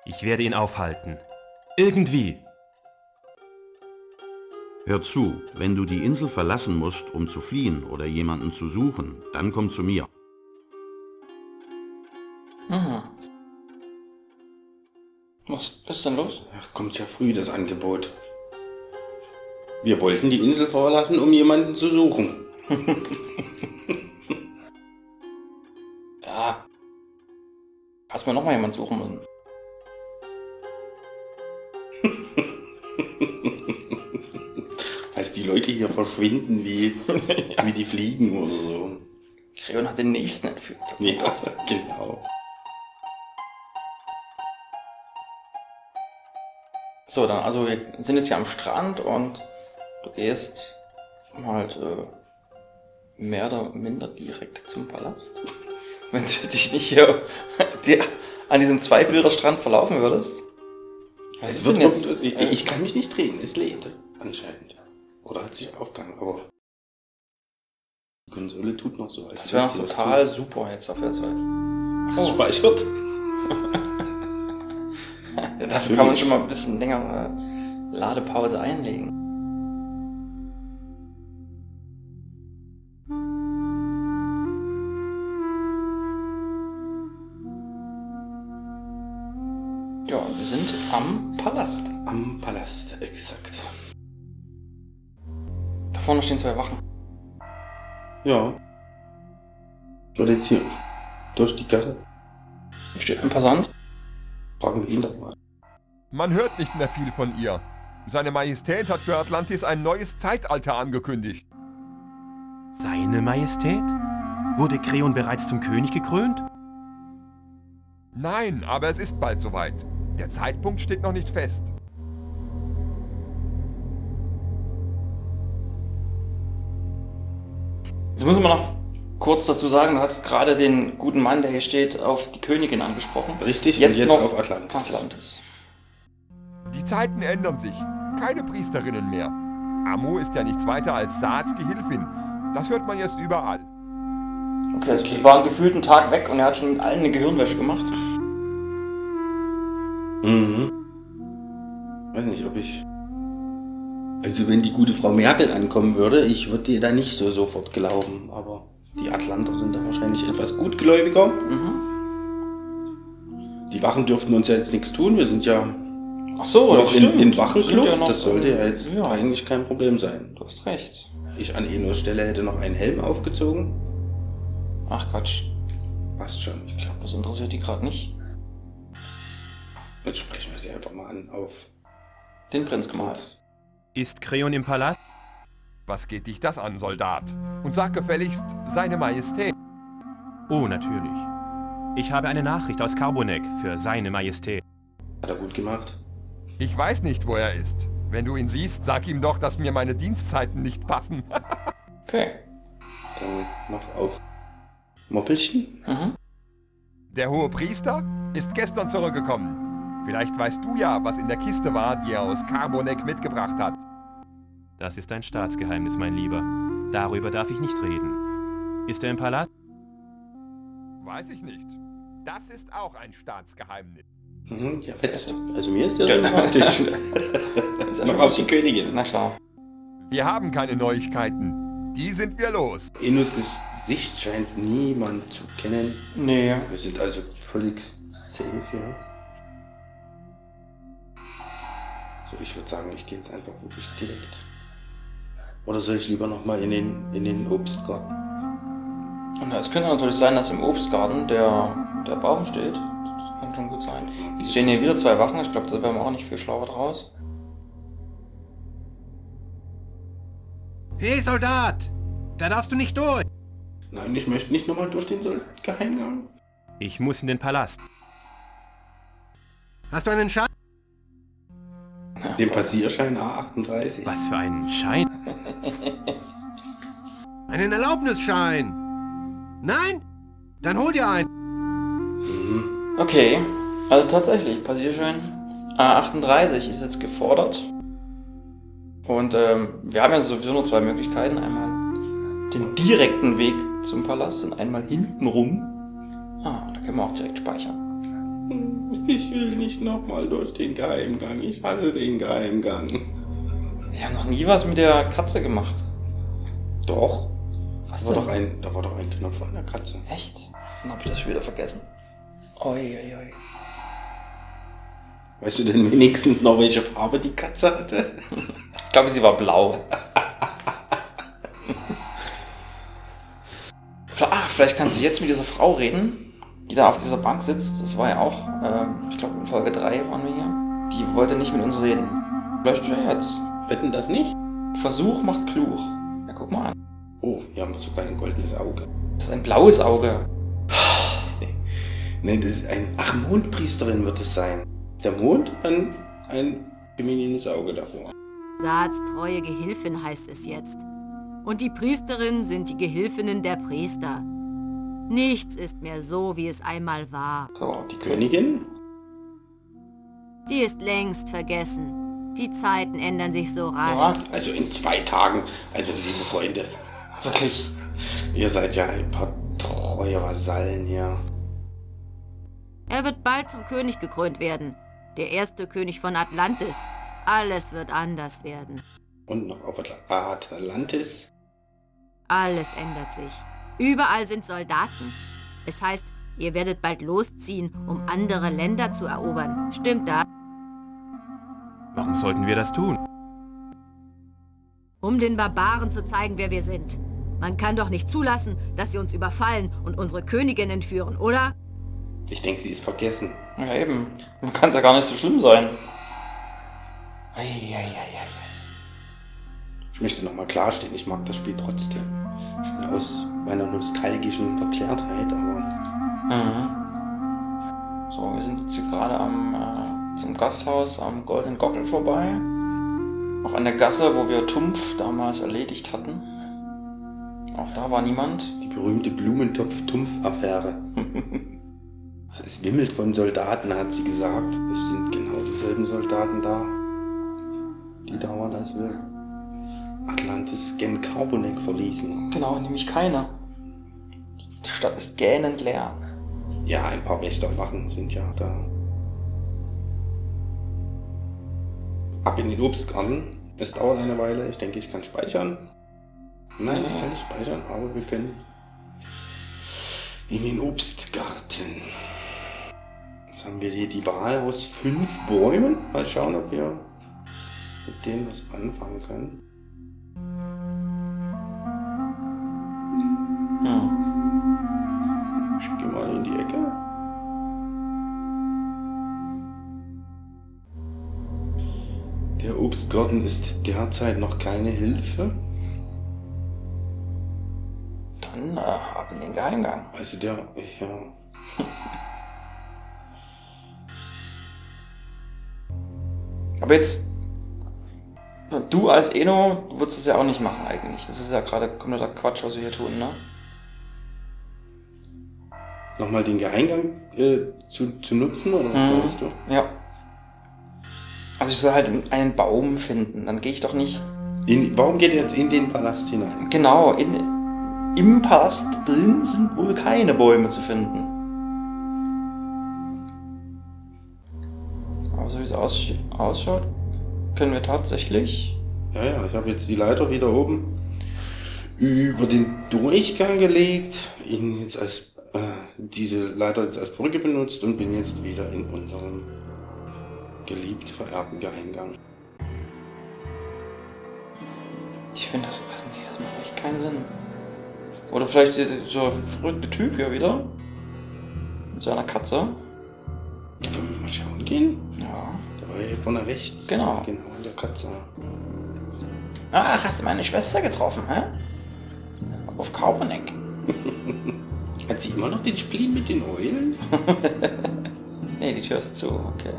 Speaker 3: Ich werde ihn aufhalten. Irgendwie.
Speaker 9: Hör zu, wenn du die Insel verlassen musst, um zu fliehen oder jemanden zu suchen, dann komm zu mir.
Speaker 1: Mhm. Was ist denn los?
Speaker 2: Ach, kommt ja früh das Angebot. Wir wollten die Insel verlassen, um jemanden zu suchen.
Speaker 1: Ja. Hast mir nochmal jemand suchen müssen.
Speaker 2: Als die Leute hier verschwinden wie, wie die Fliegen oder so.
Speaker 1: Creon hat den nächsten entführt.
Speaker 2: Ja, genau.
Speaker 1: So, dann, also wir sind jetzt hier am Strand und du gehst halt äh, mehr oder minder direkt zum Palast. Wenn du dich nicht hier die, an diesem Zweibilderstrand verlaufen würdest. Was
Speaker 2: Es
Speaker 1: ist
Speaker 2: wird
Speaker 1: denn jetzt? Äh,
Speaker 2: Ich, ich kann mich nicht drehen, es lädt anscheinend. Oder hat sich aufgehangen, aber die Konsole tut noch so. Als
Speaker 1: Das wäre
Speaker 2: würde
Speaker 1: noch
Speaker 2: sie was
Speaker 1: total
Speaker 2: tun.
Speaker 1: super jetzt auf der Zeit.
Speaker 2: Ach, es speichert.
Speaker 1: Dafür kann man schon mal ein bisschen länger äh, Ladepause einlegen. Ja, und wir sind am Palast.
Speaker 2: Am Palast, exakt.
Speaker 1: Da vorne stehen zwei Wachen.
Speaker 2: Ja. So, jetzt hier. Durch die Gasse.
Speaker 1: Hier steht ein Passant.
Speaker 2: Fragen wir ihn doch mal.
Speaker 10: Man hört nicht mehr viel von ihr. Seine Majestät hat für Atlantis ein neues Zeitalter angekündigt.
Speaker 3: Seine Majestät? Wurde Kreon bereits zum König gekrönt?
Speaker 10: Nein, aber es ist bald soweit. Der Zeitpunkt steht noch nicht fest.
Speaker 1: Jetzt müssen wir noch kurz dazu sagen, du hast gerade den guten Mann, der hier steht, auf die Königin angesprochen.
Speaker 2: Richtig,
Speaker 1: Jetzt,
Speaker 2: und jetzt
Speaker 1: noch
Speaker 2: auf Atlantis.
Speaker 1: Atlantis.
Speaker 10: Die Zeiten ändern sich. Keine Priesterinnen mehr. Amu ist ja nichts weiter als Saats Gehilfin. Das hört man jetzt überall.
Speaker 1: Okay, also ich war gefühlt einen Tag weg und er hat schon mit allen eine Gehirnwäsche gemacht.
Speaker 2: Mhm.
Speaker 1: Mhm.
Speaker 2: Weiß nicht, ob ich. Also, wenn die gute Frau Merkel ankommen würde, ich würde ihr da nicht so sofort glauben. Aber die Atlanter sind da wahrscheinlich etwas gutgläubiger.
Speaker 1: Mhm.
Speaker 2: Die Wachen dürften uns ja jetzt nichts tun. Wir sind ja
Speaker 1: Ach so,
Speaker 2: noch
Speaker 1: Oh, das stimmt.
Speaker 2: in, in
Speaker 1: Sind
Speaker 2: Wachenkluft.
Speaker 1: ja noch-
Speaker 2: das sollte ja jetzt
Speaker 1: Ja.
Speaker 2: eigentlich kein Problem sein.
Speaker 1: Du hast recht.
Speaker 2: Ich an Enos Stelle hätte noch einen Helm aufgezogen.
Speaker 1: Ach Quatsch.
Speaker 2: Passt schon.
Speaker 1: Ich glaube, das interessiert die gerade nicht.
Speaker 2: Jetzt sprechen wir sie einfach mal an auf.
Speaker 1: Den Prinz gemalt.
Speaker 3: Ist Kreon im Palast?
Speaker 10: Was geht dich das an, Soldat? Und sag gefälligst, seine Majestät.
Speaker 3: Oh, natürlich. Ich habe eine Nachricht aus Carbonek für seine Majestät.
Speaker 2: Hat er gut gemacht.
Speaker 10: Ich weiß nicht, wo er ist. Wenn du ihn siehst, sag ihm doch, dass mir meine Dienstzeiten nicht passen.
Speaker 1: okay.
Speaker 2: Dann noch auf Moppelchen.
Speaker 1: Mhm.
Speaker 10: Der hohe Priester ist gestern zurückgekommen. Vielleicht weißt du ja, was in der Kiste war, die er aus Carbonek mitgebracht hat.
Speaker 3: Das ist ein Staatsgeheimnis, mein Lieber. Darüber darf ich nicht reden. Ist er im Palast?
Speaker 10: Weiß ich nicht. Das ist auch ein Staatsgeheimnis.
Speaker 2: Mhm, ja, fetzt. Also mir ist der sympathisch. noch auf die Königin.
Speaker 1: Na klar.
Speaker 10: Wir haben keine Neuigkeiten. Die sind wir los.
Speaker 2: Inus Gesicht scheint niemand zu kennen.
Speaker 1: Nee.
Speaker 2: Wir sind also völlig safe, ja. So, ich würde sagen, ich gehe jetzt einfach wirklich direkt. Oder soll ich lieber nochmal in den, in den Obstgarten?
Speaker 1: Und es könnte natürlich sein, dass im Obstgarten der, der Baum steht. Das kann schon gut sein. Jetzt stehen hier wieder zwei Wachen. Ich glaube, da werden wir auch nicht viel schlauer draus.
Speaker 11: Hey Soldat, da darfst du nicht durch.
Speaker 2: Nein, ich möchte nicht nochmal durch den Sol- Geheimgang.
Speaker 3: Ich muss in den Palast.
Speaker 11: Hast du einen Schein?
Speaker 2: Den Passierschein A38.
Speaker 3: Was für einen Schein?
Speaker 11: Einen Erlaubnisschein? Nein? Dann hol dir einen.
Speaker 1: Okay. Also tatsächlich, Passierschein A38 ist jetzt gefordert. Und ähm, wir haben ja sowieso nur zwei Möglichkeiten. Einmal den direkten Weg zum Palast und einmal hinten rum. Ah, da können wir auch direkt speichern.
Speaker 2: Ich will nicht nochmal durch den Geheimgang. Ich hasse den Geheimgang.
Speaker 1: Wir haben noch nie was mit der Katze gemacht.
Speaker 2: Doch.
Speaker 1: Was
Speaker 2: Da
Speaker 1: denn?
Speaker 2: war doch ein, da war doch ein Knopf an der Katze.
Speaker 1: Echt? Dann hab ich das schon wieder vergessen. Oi, oi, oi.
Speaker 2: Weißt du denn wenigstens noch, welche Farbe die Katze hatte?
Speaker 1: Ich glaube, sie war blau. Ach, vielleicht kannst du jetzt mit dieser Frau reden, die da auf dieser Bank sitzt. Das war ja auch, ähm, ich glaube, in Folge 3 waren wir hier. Die wollte nicht mit uns reden. Vielleicht ja jetzt.
Speaker 2: Wetten das nicht?
Speaker 1: Versuch macht klug. Ja, guck mal an.
Speaker 2: Oh, hier haben wir sogar ein goldenes Auge.
Speaker 1: Das ist ein blaues Auge.
Speaker 2: Nein, das ist ein. Ach, Mondpriesterin wird es sein. Der Mond und ein feminines Auge davor.
Speaker 12: Saats treue Gehilfin heißt es jetzt. Und die Priesterinnen sind die Gehilfinnen der Priester. Nichts ist mehr so, wie es einmal war.
Speaker 1: So, die
Speaker 2: Königin?
Speaker 12: Die ist längst vergessen. Die Zeiten ändern sich so
Speaker 1: Ja,
Speaker 12: rasch.
Speaker 2: Also in zwei Tagen. Also, liebe Freunde,
Speaker 1: wirklich.
Speaker 2: ihr seid ja ein paar treue Vasallen hier.
Speaker 12: Er wird bald zum König gekrönt werden. Der erste König von Atlantis. Alles wird anders werden.
Speaker 2: Und noch auf Atl- Atlantis.
Speaker 12: Alles ändert sich. Überall sind Soldaten. Es heißt, ihr werdet bald losziehen, um andere Länder zu erobern. Stimmt das?
Speaker 3: Warum sollten wir das tun?
Speaker 12: Um den Barbaren zu zeigen, wer wir sind. Man kann doch nicht zulassen, dass sie uns überfallen und unsere Königin entführen, oder?
Speaker 2: Ich denke, sie ist vergessen.
Speaker 1: Ja, eben. Dann kann es ja gar nicht so schlimm sein. Eieieiei.
Speaker 2: Ich möchte nochmal klarstellen, ich mag das Spiel trotzdem. Schon aus meiner nostalgischen Verklärtheit, aber
Speaker 1: Mhm. So, wir sind jetzt hier gerade am äh, zum Gasthaus am Goldenen Gockel vorbei. Auch an der Gasse, wo wir Tumpf damals erledigt hatten. Auch da war niemand.
Speaker 2: die berühmte Blumentopf-Tumpf-Affäre. Also es wimmelt von Soldaten, hat sie gesagt. Es sind genau dieselben Soldaten da, die da waren, als wir Atlantis gen Carbonek verließen.
Speaker 1: Genau, nämlich keiner. Die Stadt ist gähnend leer.
Speaker 2: Ja, ein paar Wächterwachen sind ja da. Ab in den Obstgarten. Es dauert eine Weile. Ich denke, ich kann speichern. Nein, ich kann nicht speichern, aber wir können in den Obstgarten. Jetzt haben wir hier die Wahl aus fünf Bäumen. Mal schauen, ob wir mit denen was anfangen können.
Speaker 1: Hm.
Speaker 2: Ich gehe mal in die Ecke. Der Obstgarten ist derzeit noch keine Hilfe.
Speaker 1: Dann äh, ab in den Geheimgang.
Speaker 2: Also der, ja.
Speaker 1: Aber jetzt, du als Eno du würdest es ja auch nicht machen eigentlich. Das ist ja gerade kompletter Quatsch, was wir hier tun, ne?
Speaker 2: Nochmal den Geheimgang äh, zu, zu nutzen, oder was
Speaker 1: Mhm.
Speaker 2: meinst du?
Speaker 1: Ja. Also ich soll halt einen Baum finden, dann gehe ich doch nicht.
Speaker 2: In, warum geht ihr jetzt in den Palast hinein?
Speaker 1: Genau, in, im Palast drin sind wohl keine Bäume zu finden. Aber so wie es aussch ausschaut, können wir tatsächlich.
Speaker 2: Ja, ja, ich habe jetzt die Leiter wieder oben über den Durchgang gelegt, ihn jetzt als äh, diese Leiter jetzt als Brücke benutzt und bin jetzt wieder in unserem geliebt verehrten Geheimgang.
Speaker 1: Ich finde das. Was, nee, das macht echt keinen Sinn. Oder vielleicht so ein verrückter Typ hier wieder. Mit seiner Katze.
Speaker 2: Ja, wollen wir mal schauen gehen?
Speaker 1: Ja.
Speaker 2: Der war hier vorne rechts.
Speaker 1: Genau.
Speaker 2: Genau, in der Katze.
Speaker 1: Ach, hast du meine Schwester getroffen, hä? Auf Kauberneck.
Speaker 2: Hat sie immer noch den Spleen mit den Eulen?
Speaker 1: Nee, die Tür ist zu, okay.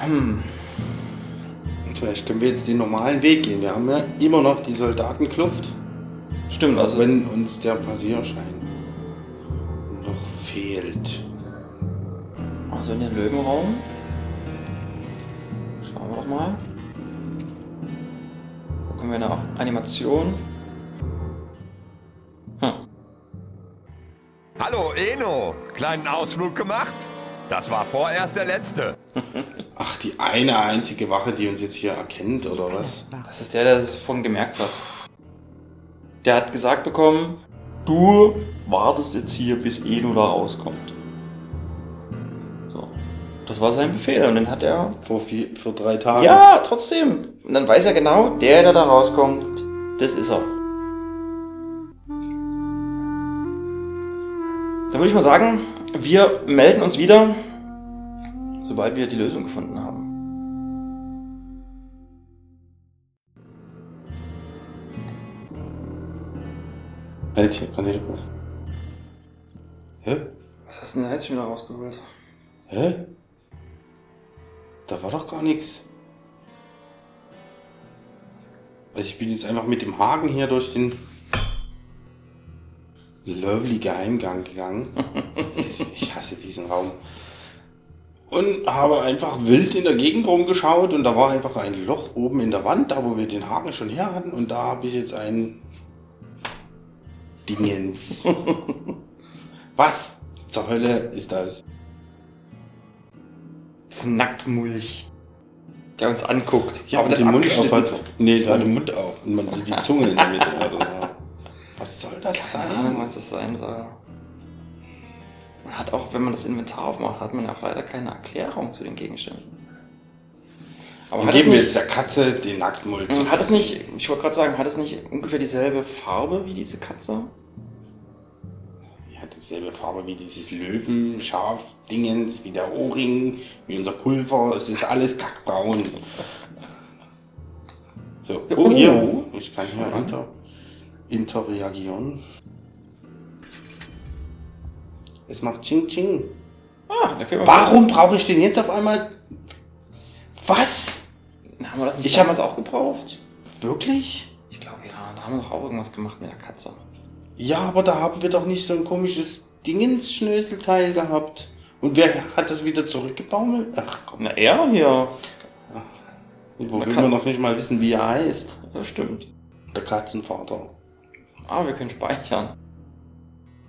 Speaker 1: Hm.
Speaker 2: Vielleicht können wir jetzt den normalen Weg gehen. Wir haben ja immer noch die Soldatenkluft.
Speaker 1: Stimmt,
Speaker 2: also. Wenn uns der Passierschein noch fehlt.
Speaker 1: Also in den Löwenraum. Schauen wir doch mal. Da kommen wir nach Animation.
Speaker 10: Hallo Eno, kleinen Ausflug gemacht? Das war vorerst der letzte.
Speaker 2: Ach, die eine einzige Wache, die uns jetzt hier erkennt, oder was?
Speaker 1: Das ist der, der es vorhin gemerkt hat. Der hat gesagt bekommen, du wartest jetzt hier, bis Edu da rauskommt. So. Das war sein Befehl und den hat er.
Speaker 2: Vor vier, vor drei Tagen.
Speaker 1: Ja, trotzdem. Und dann weiß er genau, der, der da rauskommt, das ist er. Dann würde ich mal sagen, wir melden uns wieder, sobald wir die Lösung gefunden haben.
Speaker 2: Halt, hier kann ich doch- Hä?
Speaker 1: Was hast du denn da jetzt schon wieder rausgeholt?
Speaker 2: Hä? Da war doch gar nichts. Also ich bin jetzt einfach mit dem Haken hier durch den lovely Geheimgang gegangen. ich, ich hasse diesen Raum. Und habe einfach wild in der Gegend rumgeschaut und da war einfach ein Loch oben in der Wand, da wo wir den Haken schon her hatten und da habe ich jetzt ein Dingens. Was zur Hölle ist das?
Speaker 1: Das ist ein Nacktmulch, der uns anguckt.
Speaker 2: Ja, aber das den Mund auf hat, Nee, der hat den Mund auf und man sieht die Zunge in der Mitte. oder so. Was soll das
Speaker 1: Keine
Speaker 2: sein?
Speaker 1: Ahnung, was das sein soll. Man hat auch, wenn man das Inventar aufmacht, hat man ja auch leider keine Erklärung zu den Gegenständen. Aber
Speaker 2: Dann
Speaker 1: hat es
Speaker 2: geben wir
Speaker 1: nicht-
Speaker 2: jetzt der Katze den Nacktmulz.
Speaker 1: Also Hat es nicht, ich wollte gerade sagen, hat es nicht ungefähr dieselbe Farbe wie diese Katze?
Speaker 2: Die hat dieselbe Farbe wie dieses Löwen, Schaf, Dingens, wie der Ohrring, wie unser Pulver. Es ist alles kackbraun. So, oh,
Speaker 1: Oh.
Speaker 2: hier. Ich kann hier inter, interreagieren. Es macht Ching Ching.
Speaker 1: Ah, da können wir-
Speaker 2: Warum brauche ich den jetzt auf einmal? Was?
Speaker 1: Haben wir das nicht
Speaker 2: Ich hab-
Speaker 1: damals auch gebraucht?
Speaker 2: Wirklich?
Speaker 1: Ich glaube ja, da haben wir doch auch irgendwas gemacht mit der Katze.
Speaker 2: Ja, aber da haben wir doch nicht so ein komisches Dingens-Schnöselteil gehabt. Und wer hat das wieder zurückgebaumelt? Ach komm,
Speaker 1: Na, er hier.
Speaker 2: wo
Speaker 1: man
Speaker 2: wir
Speaker 1: kann-
Speaker 2: immer noch nicht mal wissen, wie er heißt.
Speaker 1: Das stimmt.
Speaker 2: Der Katzenvater.
Speaker 1: Ah, wir können speichern.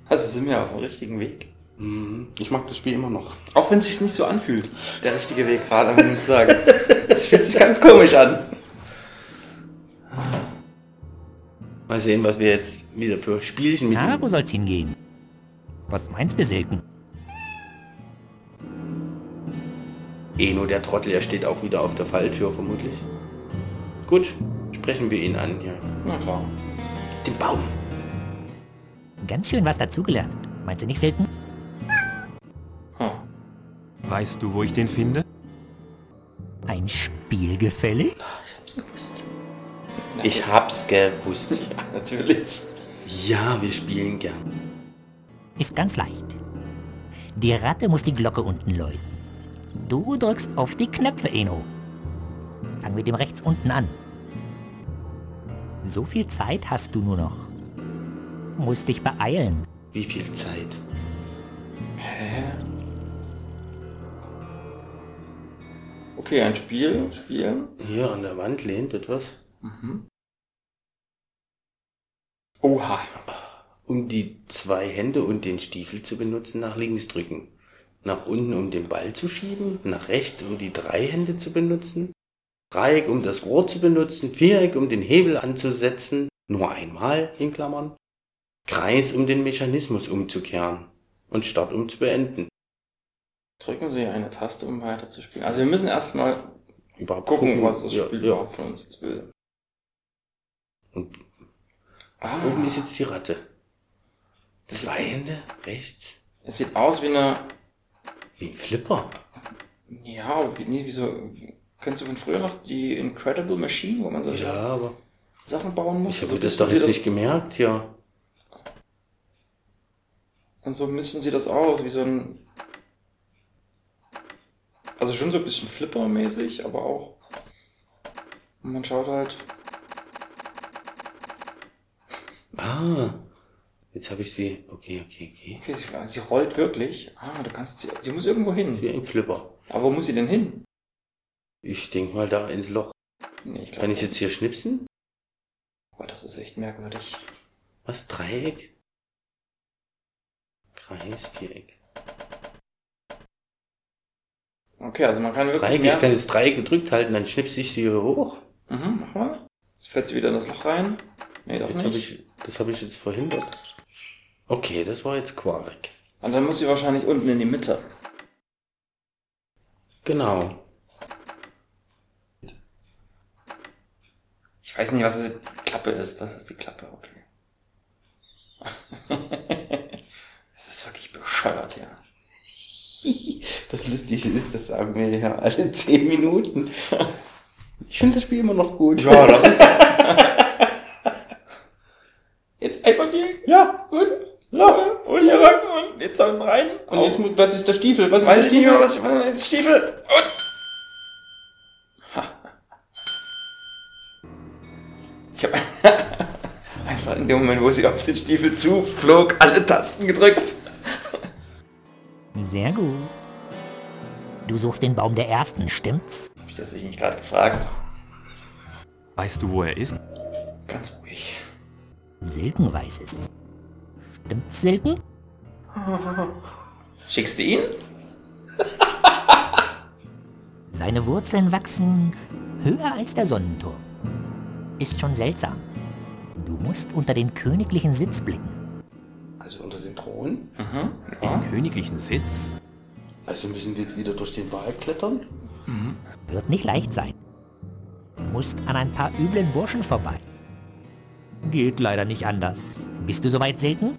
Speaker 1: Also sind wir auf dem richtigen Weg.
Speaker 2: Mhm. Ich mag das Spiel immer noch.
Speaker 1: Auch wenn es sich nicht so anfühlt. Der richtige Weg gerade, muss ich sagen. Das fühlt sich ganz komisch an.
Speaker 2: Mal sehen, was wir jetzt wieder für Spielchen mit
Speaker 6: Na, wo soll's hingehen? Was meinst du, Silken?
Speaker 2: Eno, der Trottel, der steht auch wieder auf der Falltür vermutlich. Gut, sprechen wir ihn an hier.
Speaker 1: Na klar.
Speaker 2: Den Baum.
Speaker 6: Ganz schön was dazugelernt. Meinst du nicht, Silken?
Speaker 1: Hm.
Speaker 3: Weißt du, wo ich den finde?
Speaker 6: Ein Spiel gefällig?
Speaker 2: Ich hab's gewusst. Ich hab's gewusst. ja, natürlich. Ja, wir spielen gern.
Speaker 13: Ist ganz leicht. Die Ratte muss die Glocke unten läuten. Du drückst auf die Knöpfe, Eno. Fang mit dem rechts unten an. So viel Zeit hast du nur noch. Musst dich beeilen.
Speaker 2: Wie viel Zeit?
Speaker 1: Hä? Okay, ein Spiel, spielen.
Speaker 2: Hier an der Wand lehnt etwas.
Speaker 1: Mhm.
Speaker 2: Oha. Um die zwei Hände und den Stiefel zu benutzen, nach links drücken. Nach unten, um den Ball zu schieben. Nach rechts, um die drei Hände zu benutzen. Dreieck, um das Rohr zu benutzen. Viereck, um den Hebel anzusetzen. Nur einmal, in Klammern. Kreis, um den Mechanismus umzukehren. Und Start, um zu beenden.
Speaker 1: Drücken Sie eine Taste, um weiterzuspielen. Also wir müssen erstmal
Speaker 2: Überhaupt
Speaker 1: gucken, was das
Speaker 2: ja,
Speaker 1: Spiel
Speaker 2: ja.
Speaker 1: überhaupt von uns jetzt will.
Speaker 2: Und
Speaker 1: Ah,
Speaker 2: oben ist jetzt die Ratte.
Speaker 1: Das
Speaker 2: Zwei
Speaker 1: sieht-
Speaker 2: Hände, rechts.
Speaker 1: es sieht aus wie eine...
Speaker 2: Wie ein Flipper.
Speaker 1: Ja, wie, nee, wieso... Kennst du von früher noch die Incredible Machine, wo man solche
Speaker 2: Ja, aber
Speaker 1: Sachen bauen muss?
Speaker 2: ich habe
Speaker 1: So
Speaker 2: das
Speaker 1: müssen
Speaker 2: doch
Speaker 1: sie
Speaker 2: jetzt nicht gemerkt, ja.
Speaker 1: Und so müssen sie das aus, wie so ein... Also schon so ein bisschen flippermäßig, aber auch... Und man schaut halt...
Speaker 2: Ah, jetzt habe ich sie. Okay, okay, okay.
Speaker 1: Okay, sie, sie rollt wirklich. Ah, du kannst sie... Sie muss irgendwo hin.
Speaker 2: Wie ein Flipper.
Speaker 1: Aber wo muss sie denn hin?
Speaker 2: Ich denk mal da ins Loch.
Speaker 1: Nee, ich glaub
Speaker 2: Kann ich
Speaker 1: nicht.
Speaker 2: jetzt hier schnipsen?
Speaker 1: Oh Gott, das ist echt merkwürdig.
Speaker 2: Was? Dreieck? Kreis, Viereck.
Speaker 1: Okay, also man kann wirklich
Speaker 2: Dreieck,
Speaker 1: mehr...
Speaker 2: ich kann jetzt Dreieck gedrückt halten, dann schnipse ich sie hier hoch.
Speaker 1: Mhm, mach mal. Jetzt fällt sie wieder in das Loch rein. Nee, doch
Speaker 2: Jetzt hab
Speaker 1: nicht.
Speaker 2: ich, das habe ich jetzt verhindert. Okay, das war jetzt Quark.
Speaker 1: Und dann muss sie wahrscheinlich unten in die Mitte.
Speaker 2: Genau.
Speaker 1: Ich weiß nicht, was die Klappe ist. Das ist die Klappe, okay. das ist wirklich bescheuert, ja.
Speaker 2: Das Lustige ist, das sagen wir ja alle 10 Minuten. Ich finde das Spiel immer noch gut.
Speaker 1: Ja, das ist.
Speaker 2: Jetzt einfach hier. Ja, gut. Ja,
Speaker 1: Und hier rein und jetzt dann rein.
Speaker 2: Und jetzt, mu- was ist der Stiefel? Was ist
Speaker 1: Weiß
Speaker 2: der
Speaker 1: ich nicht mehr,
Speaker 2: Stiefel?
Speaker 1: was ich meine. Jetzt Stiefel. Und. Ha. Ich habe einfach in dem Moment, wo sie auf den Stiefel zuflog, alle Tasten gedrückt.
Speaker 13: Sehr gut. Du suchst den Baum der Ersten, stimmt's?
Speaker 1: Hab ich das nicht gerade gefragt?
Speaker 3: Weißt du, wo er ist?
Speaker 1: Ganz ruhig.
Speaker 13: Silken weiß es. Stimmt's, Silken?
Speaker 1: Schickst du ihn?
Speaker 13: Seine Wurzeln wachsen höher als der Sonnenturm. Ist schon seltsam. Du musst unter den königlichen Sitz blicken.
Speaker 2: Also unter den Thron?
Speaker 1: Mhm.
Speaker 3: Den königlichen Sitz?
Speaker 2: Also müssen wir jetzt wieder durch den Wal klettern?
Speaker 13: Wird nicht leicht sein. Musst an ein paar üblen Burschen vorbei. Geht leider nicht anders. Bist du soweit, Silken?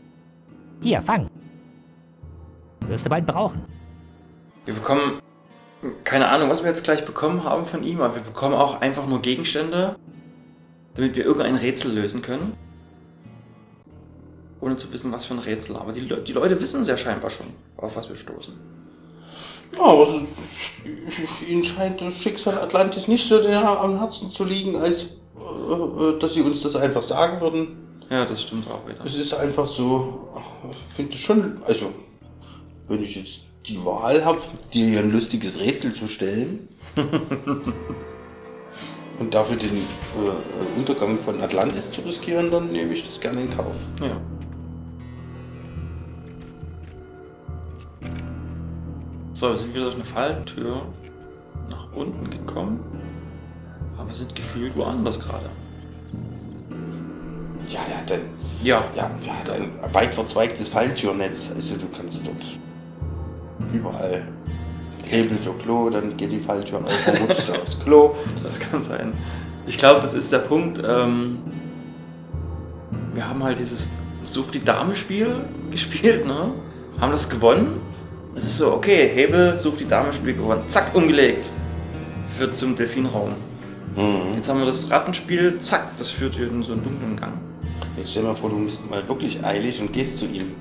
Speaker 13: Hier, fang. Wirst du bald brauchen.
Speaker 1: Wir bekommen keine Ahnung, was wir jetzt gleich bekommen haben von ihm, aber wir bekommen auch einfach nur Gegenstände, damit wir irgendein Rätsel lösen können. Ohne zu wissen, was für ein Rätsel. Aber die, Le- die Leute wissen sehr scheinbar schon, auf was wir stoßen.
Speaker 2: Ja, aber es- ihnen scheint das Schicksal Atlantis nicht so sehr am Herzen zu liegen, als äh, äh, dass sie uns das einfach sagen würden.
Speaker 1: Ja, das stimmt auch wieder.
Speaker 2: Es ist einfach so, ich finde es schon, also wenn ich jetzt die Wahl habe, dir hier ein lustiges Rätsel zu stellen und dafür den äh, äh, Untergang von Atlantis zu riskieren, dann nehme ich das gerne in Kauf.
Speaker 1: Ja. So, wir sind wieder durch eine Falltür nach unten gekommen. Aber sind gefühlt woanders gerade.
Speaker 2: Ja, ja, dann
Speaker 1: Ja,
Speaker 2: Ja, wir hat ein weit verzweigtes Falltürnetz. Also du kannst dort überall Hebel für Klo, dann geht die Falltür auf und rutschst du aufs Klo.
Speaker 1: Das kann sein. Ich glaube, das ist der Punkt. Ähm, wir haben halt dieses Such die Dame-Spiel gespielt, ne? Haben das gewonnen. Es ist so, okay, Hebel, Such die Dame-Spiel gewonnen. Zack, umgelegt. Führt zum Delfinraum. Jetzt haben wir das Rattenspiel, zack, das führt hier in so einen dunklen Gang.
Speaker 2: Jetzt stell dir mal vor, du bist mal wirklich eilig und gehst zu ihm.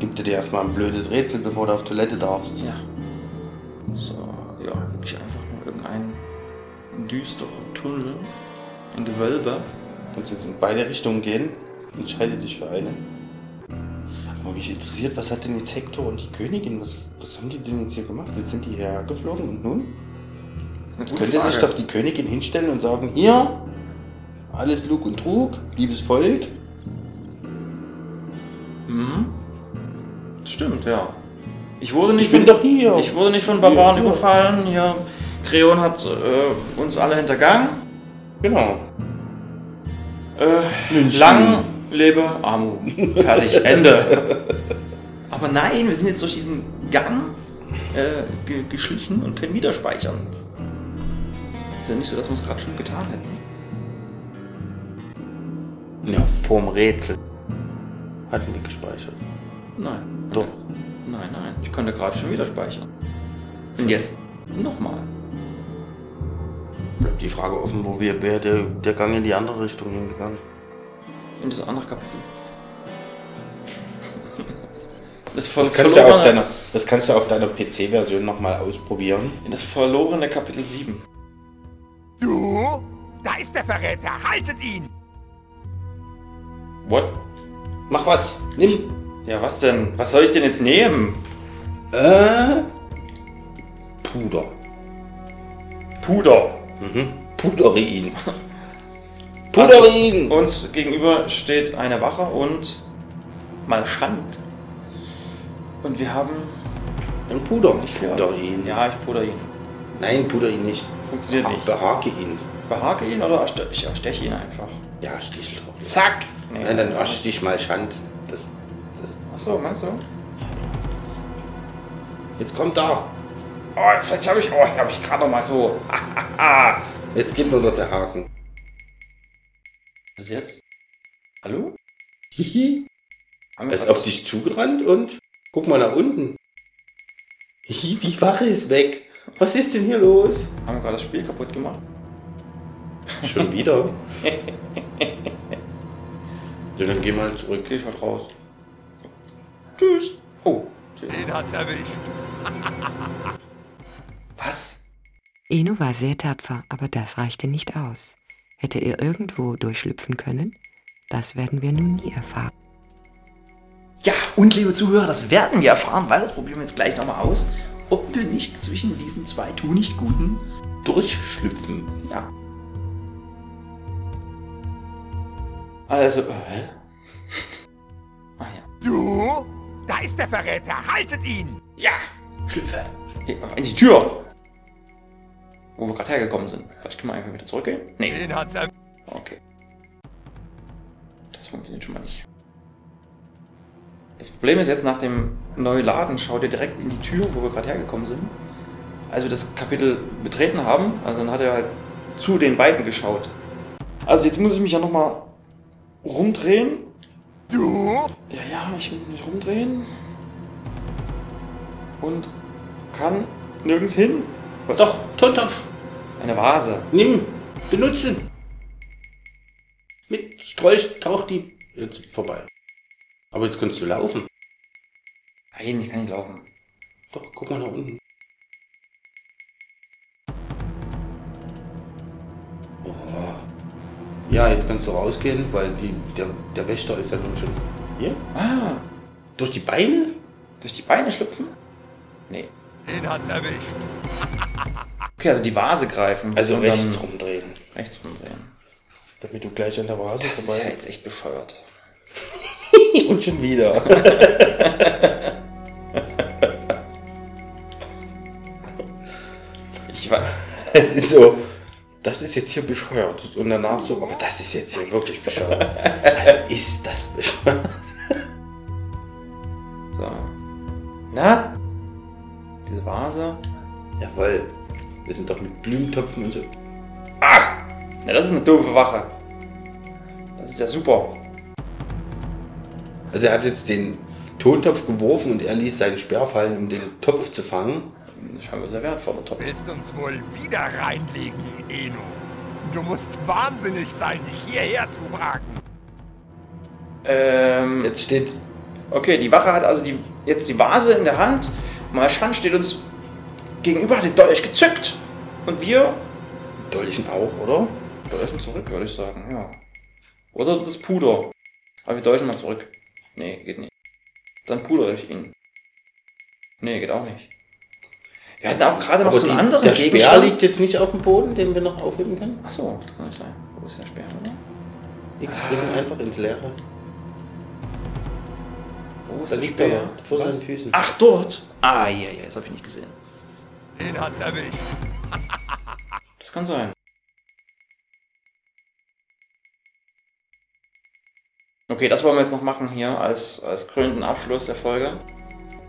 Speaker 2: Gibt er dir erstmal ein blödes Rätsel, bevor du auf Toilette darfst.
Speaker 1: Ja. So, ja, wirklich einfach nur irgendein düsterer Tunnel, ein Gewölbe.
Speaker 2: Kannst jetzt in beide Richtungen gehen. Entscheide dich für eine. Aber mich interessiert, was hat denn jetzt Hector und die Königin? Was, was haben die denn jetzt hier gemacht? Jetzt sind die hergeflogen und nun?
Speaker 1: Eine
Speaker 2: Jetzt
Speaker 1: gute
Speaker 2: könnte sich
Speaker 1: Frage.
Speaker 2: doch die Königin hinstellen und sagen, hier, alles Lug und Trug, liebes Volk.
Speaker 1: Mhm. Stimmt, ja. Ich wurde nicht
Speaker 2: Ich bin
Speaker 1: von,
Speaker 2: doch hier.
Speaker 1: Ich wurde nicht von Barbaren
Speaker 2: Hier, hier.
Speaker 1: überfallen. Hier, Creon hat äh, uns alle hintergangen.
Speaker 2: Genau.
Speaker 1: Äh, lang lebe Armut. Fertig, Ende. Aber nein, wir sind jetzt durch diesen Gang äh, ge geschlichen und können wieder speichern. Ist ja nicht so, dass wir es gerade schon getan hätten.
Speaker 2: Ja, vorm Rätsel. Hatten wir gespeichert.
Speaker 1: Nein.
Speaker 2: Doch.
Speaker 1: Nein, nein. Ich konnte gerade schon wieder speichern. Und jetzt nochmal.
Speaker 2: Bleibt die Frage offen, wo wir, wäre der, der Gang in die andere Richtung hingegangen.
Speaker 1: In das andere Kapitel. Das, ver
Speaker 2: Das kannst, du auf
Speaker 1: verlorene-
Speaker 2: deiner, das kannst du auf deiner PC-Version nochmal ausprobieren.
Speaker 1: das verlorene Kapitel 7.
Speaker 10: Du? Da ist der Verräter! Haltet ihn!
Speaker 1: What?
Speaker 2: Mach was! Nimm!
Speaker 1: Ja, was denn? Was soll ich denn jetzt nehmen?
Speaker 2: Äh. Puder.
Speaker 1: Puder.
Speaker 2: Mhm. Pudere ihn.
Speaker 1: Pudere ihn! Also,
Speaker 2: Also,
Speaker 1: uns gegenüber steht eine Wache und Malchand. Und wir haben
Speaker 2: Ein Puder.
Speaker 1: Ich
Speaker 2: Puder ihn.
Speaker 1: Ja, ich puder ihn.
Speaker 2: Nein, puder ihn nicht.
Speaker 1: Funktioniert nicht.
Speaker 2: Behake ihn.
Speaker 1: Behake ihn oder erste- ich ersteche ihn einfach?
Speaker 2: Ja, Stich drauf. Zack!
Speaker 1: Nee.
Speaker 2: Nein, dann wasch dich mal Schand. Das, das.
Speaker 1: Achso, meinst du?
Speaker 2: Jetzt kommt da!
Speaker 1: Oh, vielleicht habe ich. Oh, habe ich gerade noch mal so. Ah,
Speaker 2: Jetzt geht nur noch der Haken.
Speaker 1: Was ist jetzt? Hallo?
Speaker 2: Hihi.
Speaker 1: Haben
Speaker 2: Er
Speaker 1: wir
Speaker 2: ist
Speaker 1: grad-
Speaker 2: auf dich zugerannt und guck mal nach unten. Hihi, die Wache ist weg. Was ist denn hier los?
Speaker 1: Haben wir gerade das Spiel kaputt gemacht?
Speaker 2: Schon wieder. ja, dann geh mal zurück.
Speaker 1: Geh ich halt raus. Tschüss. Oh.
Speaker 10: Den hat's erwischt.
Speaker 1: Was?
Speaker 14: Eno war sehr tapfer, aber das reichte nicht aus. Hätte er irgendwo durchschlüpfen können? Das werden wir nun nie erfahren.
Speaker 1: Ja, und liebe Zuhörer, das werden wir erfahren, weil das probieren wir jetzt gleich nochmal aus, ob wir nicht zwischen diesen zwei Tunichtguten
Speaker 2: durchschlüpfen.
Speaker 1: Ja. Also, hä? Ah,
Speaker 10: Du? Da ist der Verräter! Haltet ihn!
Speaker 1: Ja! Schlüpfe! Geh mal in die Tür! Wo wir gerade hergekommen sind. Vielleicht können wir einfach wieder zurückgehen? Nee.
Speaker 10: Den hat's erwischt.
Speaker 1: Okay. Das funktioniert schon mal nicht. Das Problem ist jetzt nach dem Neuladen, schau dir direkt in die Tür, wo wir gerade hergekommen sind. Als wir das Kapitel betreten haben, also dann hat er halt zu den beiden geschaut. Also jetzt muss ich mich ja nochmal rumdrehen.
Speaker 10: Du?
Speaker 1: Ja, ja, ich muss mich rumdrehen. Und kann nirgends hin. Was? Doch,
Speaker 2: Tontopf!
Speaker 1: Eine Vase.
Speaker 2: Nimm! Benutzen! Mit Strolch taucht die. Jetzt vorbei. Aber jetzt kannst du laufen.
Speaker 1: Nein, ich kann nicht laufen.
Speaker 2: Doch, guck mal nach unten. Oh. Ja, jetzt kannst du rausgehen, weil die, der, der Wächter ist ja nun schon hier.
Speaker 1: Ah.
Speaker 2: Durch die Beine?
Speaker 1: Durch die Beine schlüpfen? Nee.
Speaker 10: Den hat's erwischt.
Speaker 1: Okay, also die Vase greifen.
Speaker 2: Also
Speaker 1: und
Speaker 2: rechts
Speaker 1: dann
Speaker 2: rumdrehen.
Speaker 1: Rechts rumdrehen.
Speaker 2: Damit du gleich an der Vase
Speaker 1: Das ist ja jetzt echt bescheuert.
Speaker 2: Und schon wieder.
Speaker 1: ich war.
Speaker 2: Es ist so, das ist jetzt hier bescheuert. Und danach so, aber das ist jetzt hier wirklich bescheuert. Also ist das bescheuert.
Speaker 1: So. Na? Diese Vase?
Speaker 2: Jawohl. Wir sind doch mit Blumentöpfen und so.
Speaker 1: Ah! Na, das ist eine doofe Wache. Das ist ja super.
Speaker 2: Also er hat jetzt den Tontopf geworfen und er ließ seinen Speer fallen, um den Topf zu fangen.
Speaker 1: scheinbar sehr wertvoller Topf.
Speaker 10: Willst uns wohl wieder reinlegen, Eno? Du musst wahnsinnig sein, dich hierher zu wagen.
Speaker 1: Ähm, jetzt steht. Okay, die Wache hat also die, jetzt die Vase in der Hand. Malschan steht uns gegenüber, hat den Dolch gezückt. Und wir. Dolchen auch, oder? Dolchen zurück, würde ich sagen, ja. Oder das Puder. Aber wir dolchen mal zurück. Nee, geht nicht. Dann pudere ich ihn. Nee, geht auch nicht. Wir hatten auch gerade noch
Speaker 2: Aber
Speaker 1: so einen
Speaker 2: die-
Speaker 1: anderen
Speaker 2: der Speer
Speaker 1: Gegenstand.
Speaker 2: liegt jetzt nicht auf dem Boden, den wir noch aufheben können?
Speaker 1: Achso, das kann nicht sein. Wo ist der Speer?
Speaker 2: X springen einfach ins Leere.
Speaker 1: Wo ist
Speaker 2: Da
Speaker 1: der
Speaker 2: liegt er
Speaker 1: Speer?
Speaker 2: noch vor
Speaker 1: Was?
Speaker 2: seinen Füßen.
Speaker 1: Ach, dort! Ah, ja, ja, das habe ich nicht gesehen.
Speaker 10: Den hat's erwischt.
Speaker 1: Das kann sein. Okay, das wollen wir jetzt noch machen hier als, als krönenden Abschluss der Folge.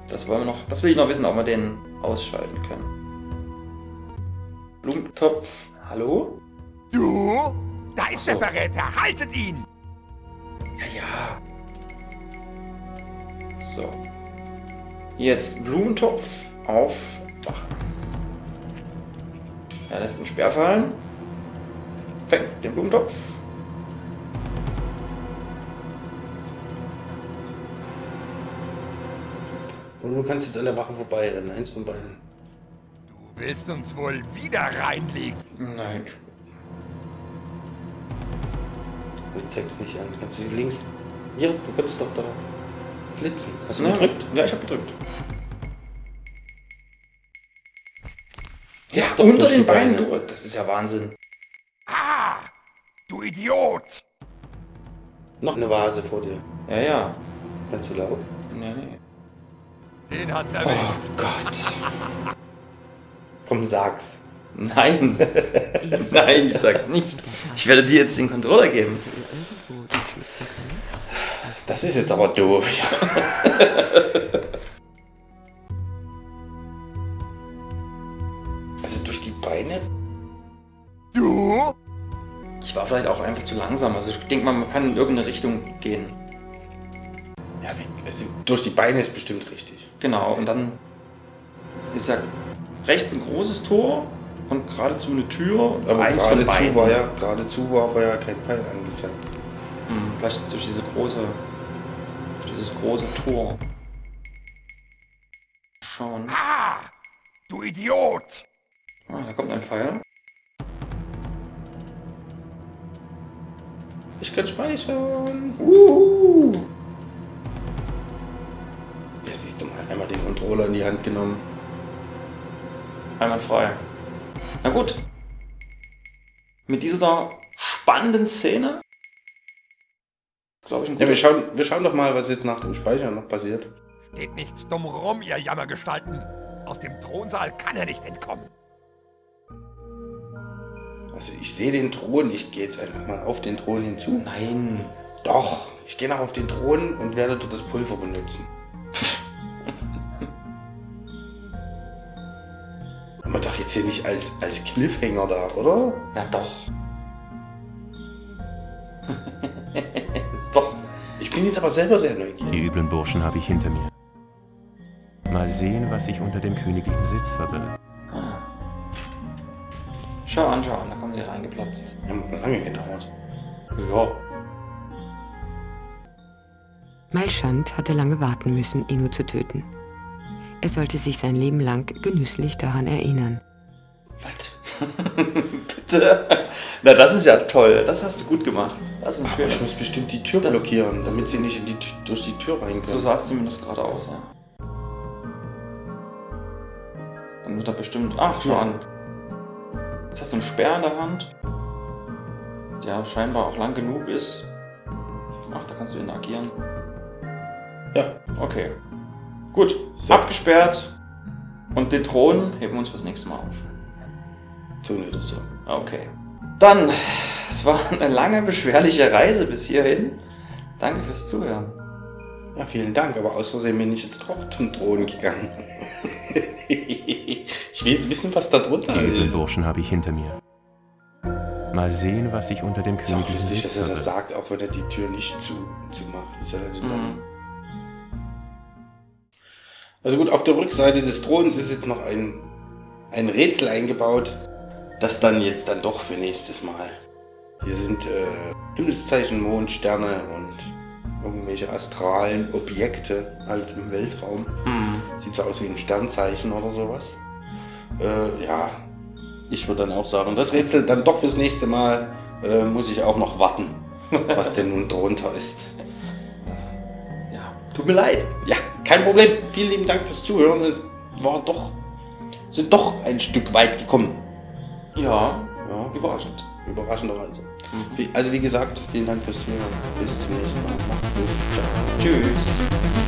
Speaker 1: Das wollen wir noch. Das will ich noch wissen, ob wir den ausschalten können. Blumentopf. Hallo?
Speaker 10: Du? Da ist
Speaker 1: Ach so.
Speaker 10: der Verräter. Haltet ihn!
Speaker 1: So. Jetzt Blumentopf auf Wache. Er lässt den Speer fallen. Fängt den Blumentopf.
Speaker 2: Und du kannst jetzt an der Wache vorbeirennen, eins von beiden.
Speaker 10: Du willst uns wohl wieder reinlegen.
Speaker 1: Nein.
Speaker 2: Du zeigst nicht an. Kannst du die links. Hier, du kannst doch da flitzen. Hast du
Speaker 1: Ja.
Speaker 2: gedrückt?
Speaker 1: Ja, ich habe gedrückt. Ja,
Speaker 2: Jetzt doch
Speaker 1: unter
Speaker 2: durch
Speaker 1: den
Speaker 2: die Beine.
Speaker 1: Beinen durch. Das ist ja Wahnsinn.
Speaker 10: Du Idiot!
Speaker 2: Noch eine Vase vor dir.
Speaker 1: Ja, ja.
Speaker 2: Kannst du laufen?
Speaker 1: Nee, nee.
Speaker 10: Den hat's erwischt.
Speaker 2: Komm, sag's.
Speaker 1: Nein. Nein, ich sag's nicht. Ich werde dir jetzt den Controller geben.
Speaker 2: Das ist jetzt aber doof. also durch die Beine?
Speaker 10: Du?
Speaker 1: Ich war vielleicht auch einfach zu langsam. Also ich denke mal, man kann in irgendeine Richtung gehen.
Speaker 2: Ja, also durch die Beine ist bestimmt richtig.
Speaker 1: Genau, und dann ist ja rechts ein großes Tor und geradezu eine Tür. und
Speaker 2: Aber geradezu
Speaker 1: beiden.
Speaker 2: war ja, geradezu war aber ja kein Pfeil angezeigt.
Speaker 1: Hm, vielleicht durch diese große, durch dieses große Tor. Schauen.
Speaker 10: Du Idiot!
Speaker 1: Ah, da kommt ein Pfeil.
Speaker 2: Ich kann speichern. Uhu. Ja, siehst du mal, einmal den Controller in die Hand genommen.
Speaker 1: Einmal frei. Na gut. Mit dieser spannenden Szene. Glaube ich, ein
Speaker 2: Ja,
Speaker 1: guter-
Speaker 2: wir schauen, wir schauen doch mal, was jetzt nach dem Speichern noch passiert.
Speaker 10: Steht nicht dumm rum, ihr Jammergestalten. Aus dem Thronsaal kann er nicht entkommen.
Speaker 2: Also ich sehe den Thron, ich gehe jetzt einfach mal auf den Thron hinzu.
Speaker 1: Nein.
Speaker 2: Doch, ich gehe noch auf den Thron und werde dort das Pulver benutzen. Haben wir doch jetzt hier nicht als, als Cliffhanger da, oder?
Speaker 1: Na doch. ist doch.
Speaker 2: Ich bin jetzt aber selber sehr neugierig.
Speaker 3: Die üblen Burschen habe ich hinter mir. Mal sehen, was sich unter dem königlichen Sitz verbirgt.
Speaker 1: Schau an, schau an, da kommen sie reingeplatzt.
Speaker 2: Haben lange gedauert.
Speaker 1: Ja.
Speaker 14: Malschand hatte lange warten müssen, Eno zu töten. Er sollte sich sein Leben lang genüsslich daran erinnern.
Speaker 1: Bitte. Na, das ist ja toll. Das hast du gut gemacht. Das ist ein
Speaker 2: Aber
Speaker 1: schöner-
Speaker 2: ich muss bestimmt die Tür blockieren, damit sie nicht in die, Tü- durch die Tür rein können.
Speaker 1: So sah es zumindest gerade aus, ja. Dann wird er bestimmt. Ach, schau an. Jetzt hast du einen Speer in der Hand, der scheinbar auch lang genug ist. Ach, da kannst du interagieren.
Speaker 2: Ja.
Speaker 1: Okay. Gut, abgesperrt. Und den Thron heben wir uns fürs nächste Mal auf.
Speaker 2: Tun wir das so.
Speaker 1: Okay. Dann, es war eine lange, beschwerliche Reise bis hierhin. Danke fürs Zuhören.
Speaker 2: Ja, vielen Dank, aber aus Versehen bin ich jetzt doch zum Thron gegangen. ich will jetzt wissen, was da drunter
Speaker 3: Die üblen
Speaker 2: ist.
Speaker 3: Burschen habe ich hinter mir. Mal sehen, was sich unter dem
Speaker 2: Ist auch
Speaker 3: königlichen
Speaker 2: lustig, dass
Speaker 3: Sitz
Speaker 2: er das
Speaker 3: verbirgt.
Speaker 2: sagt, auch wenn er die Tür nicht zu, zu macht. Wie soll er denn
Speaker 1: Mhm.
Speaker 2: dann? Also gut, auf der Rückseite des Throns ist jetzt noch ein, ein Rätsel eingebaut. Das dann jetzt dann doch für nächstes Mal. Hier sind äh, Himmelszeichen, Mond, Sterne und irgendwelche astralen Objekte halt im Weltraum. Sieht so aus wie ein Sternzeichen oder sowas. Äh, ja, ich würde dann auch sagen, das Rätsel dann doch fürs nächste Mal äh, muss ich auch noch warten, was denn nun drunter ist. Ja, tut mir leid. Ja, kein Problem. Vielen lieben Dank fürs Zuhören. Es war doch, sind doch ein Stück weit gekommen. Ja, ja überraschend. Überraschenderweise. Wie- Also wie gesagt, vielen Dank fürs Zuhören. Bis zum nächsten Mal. Macht's gut. Ciao. Tschüss.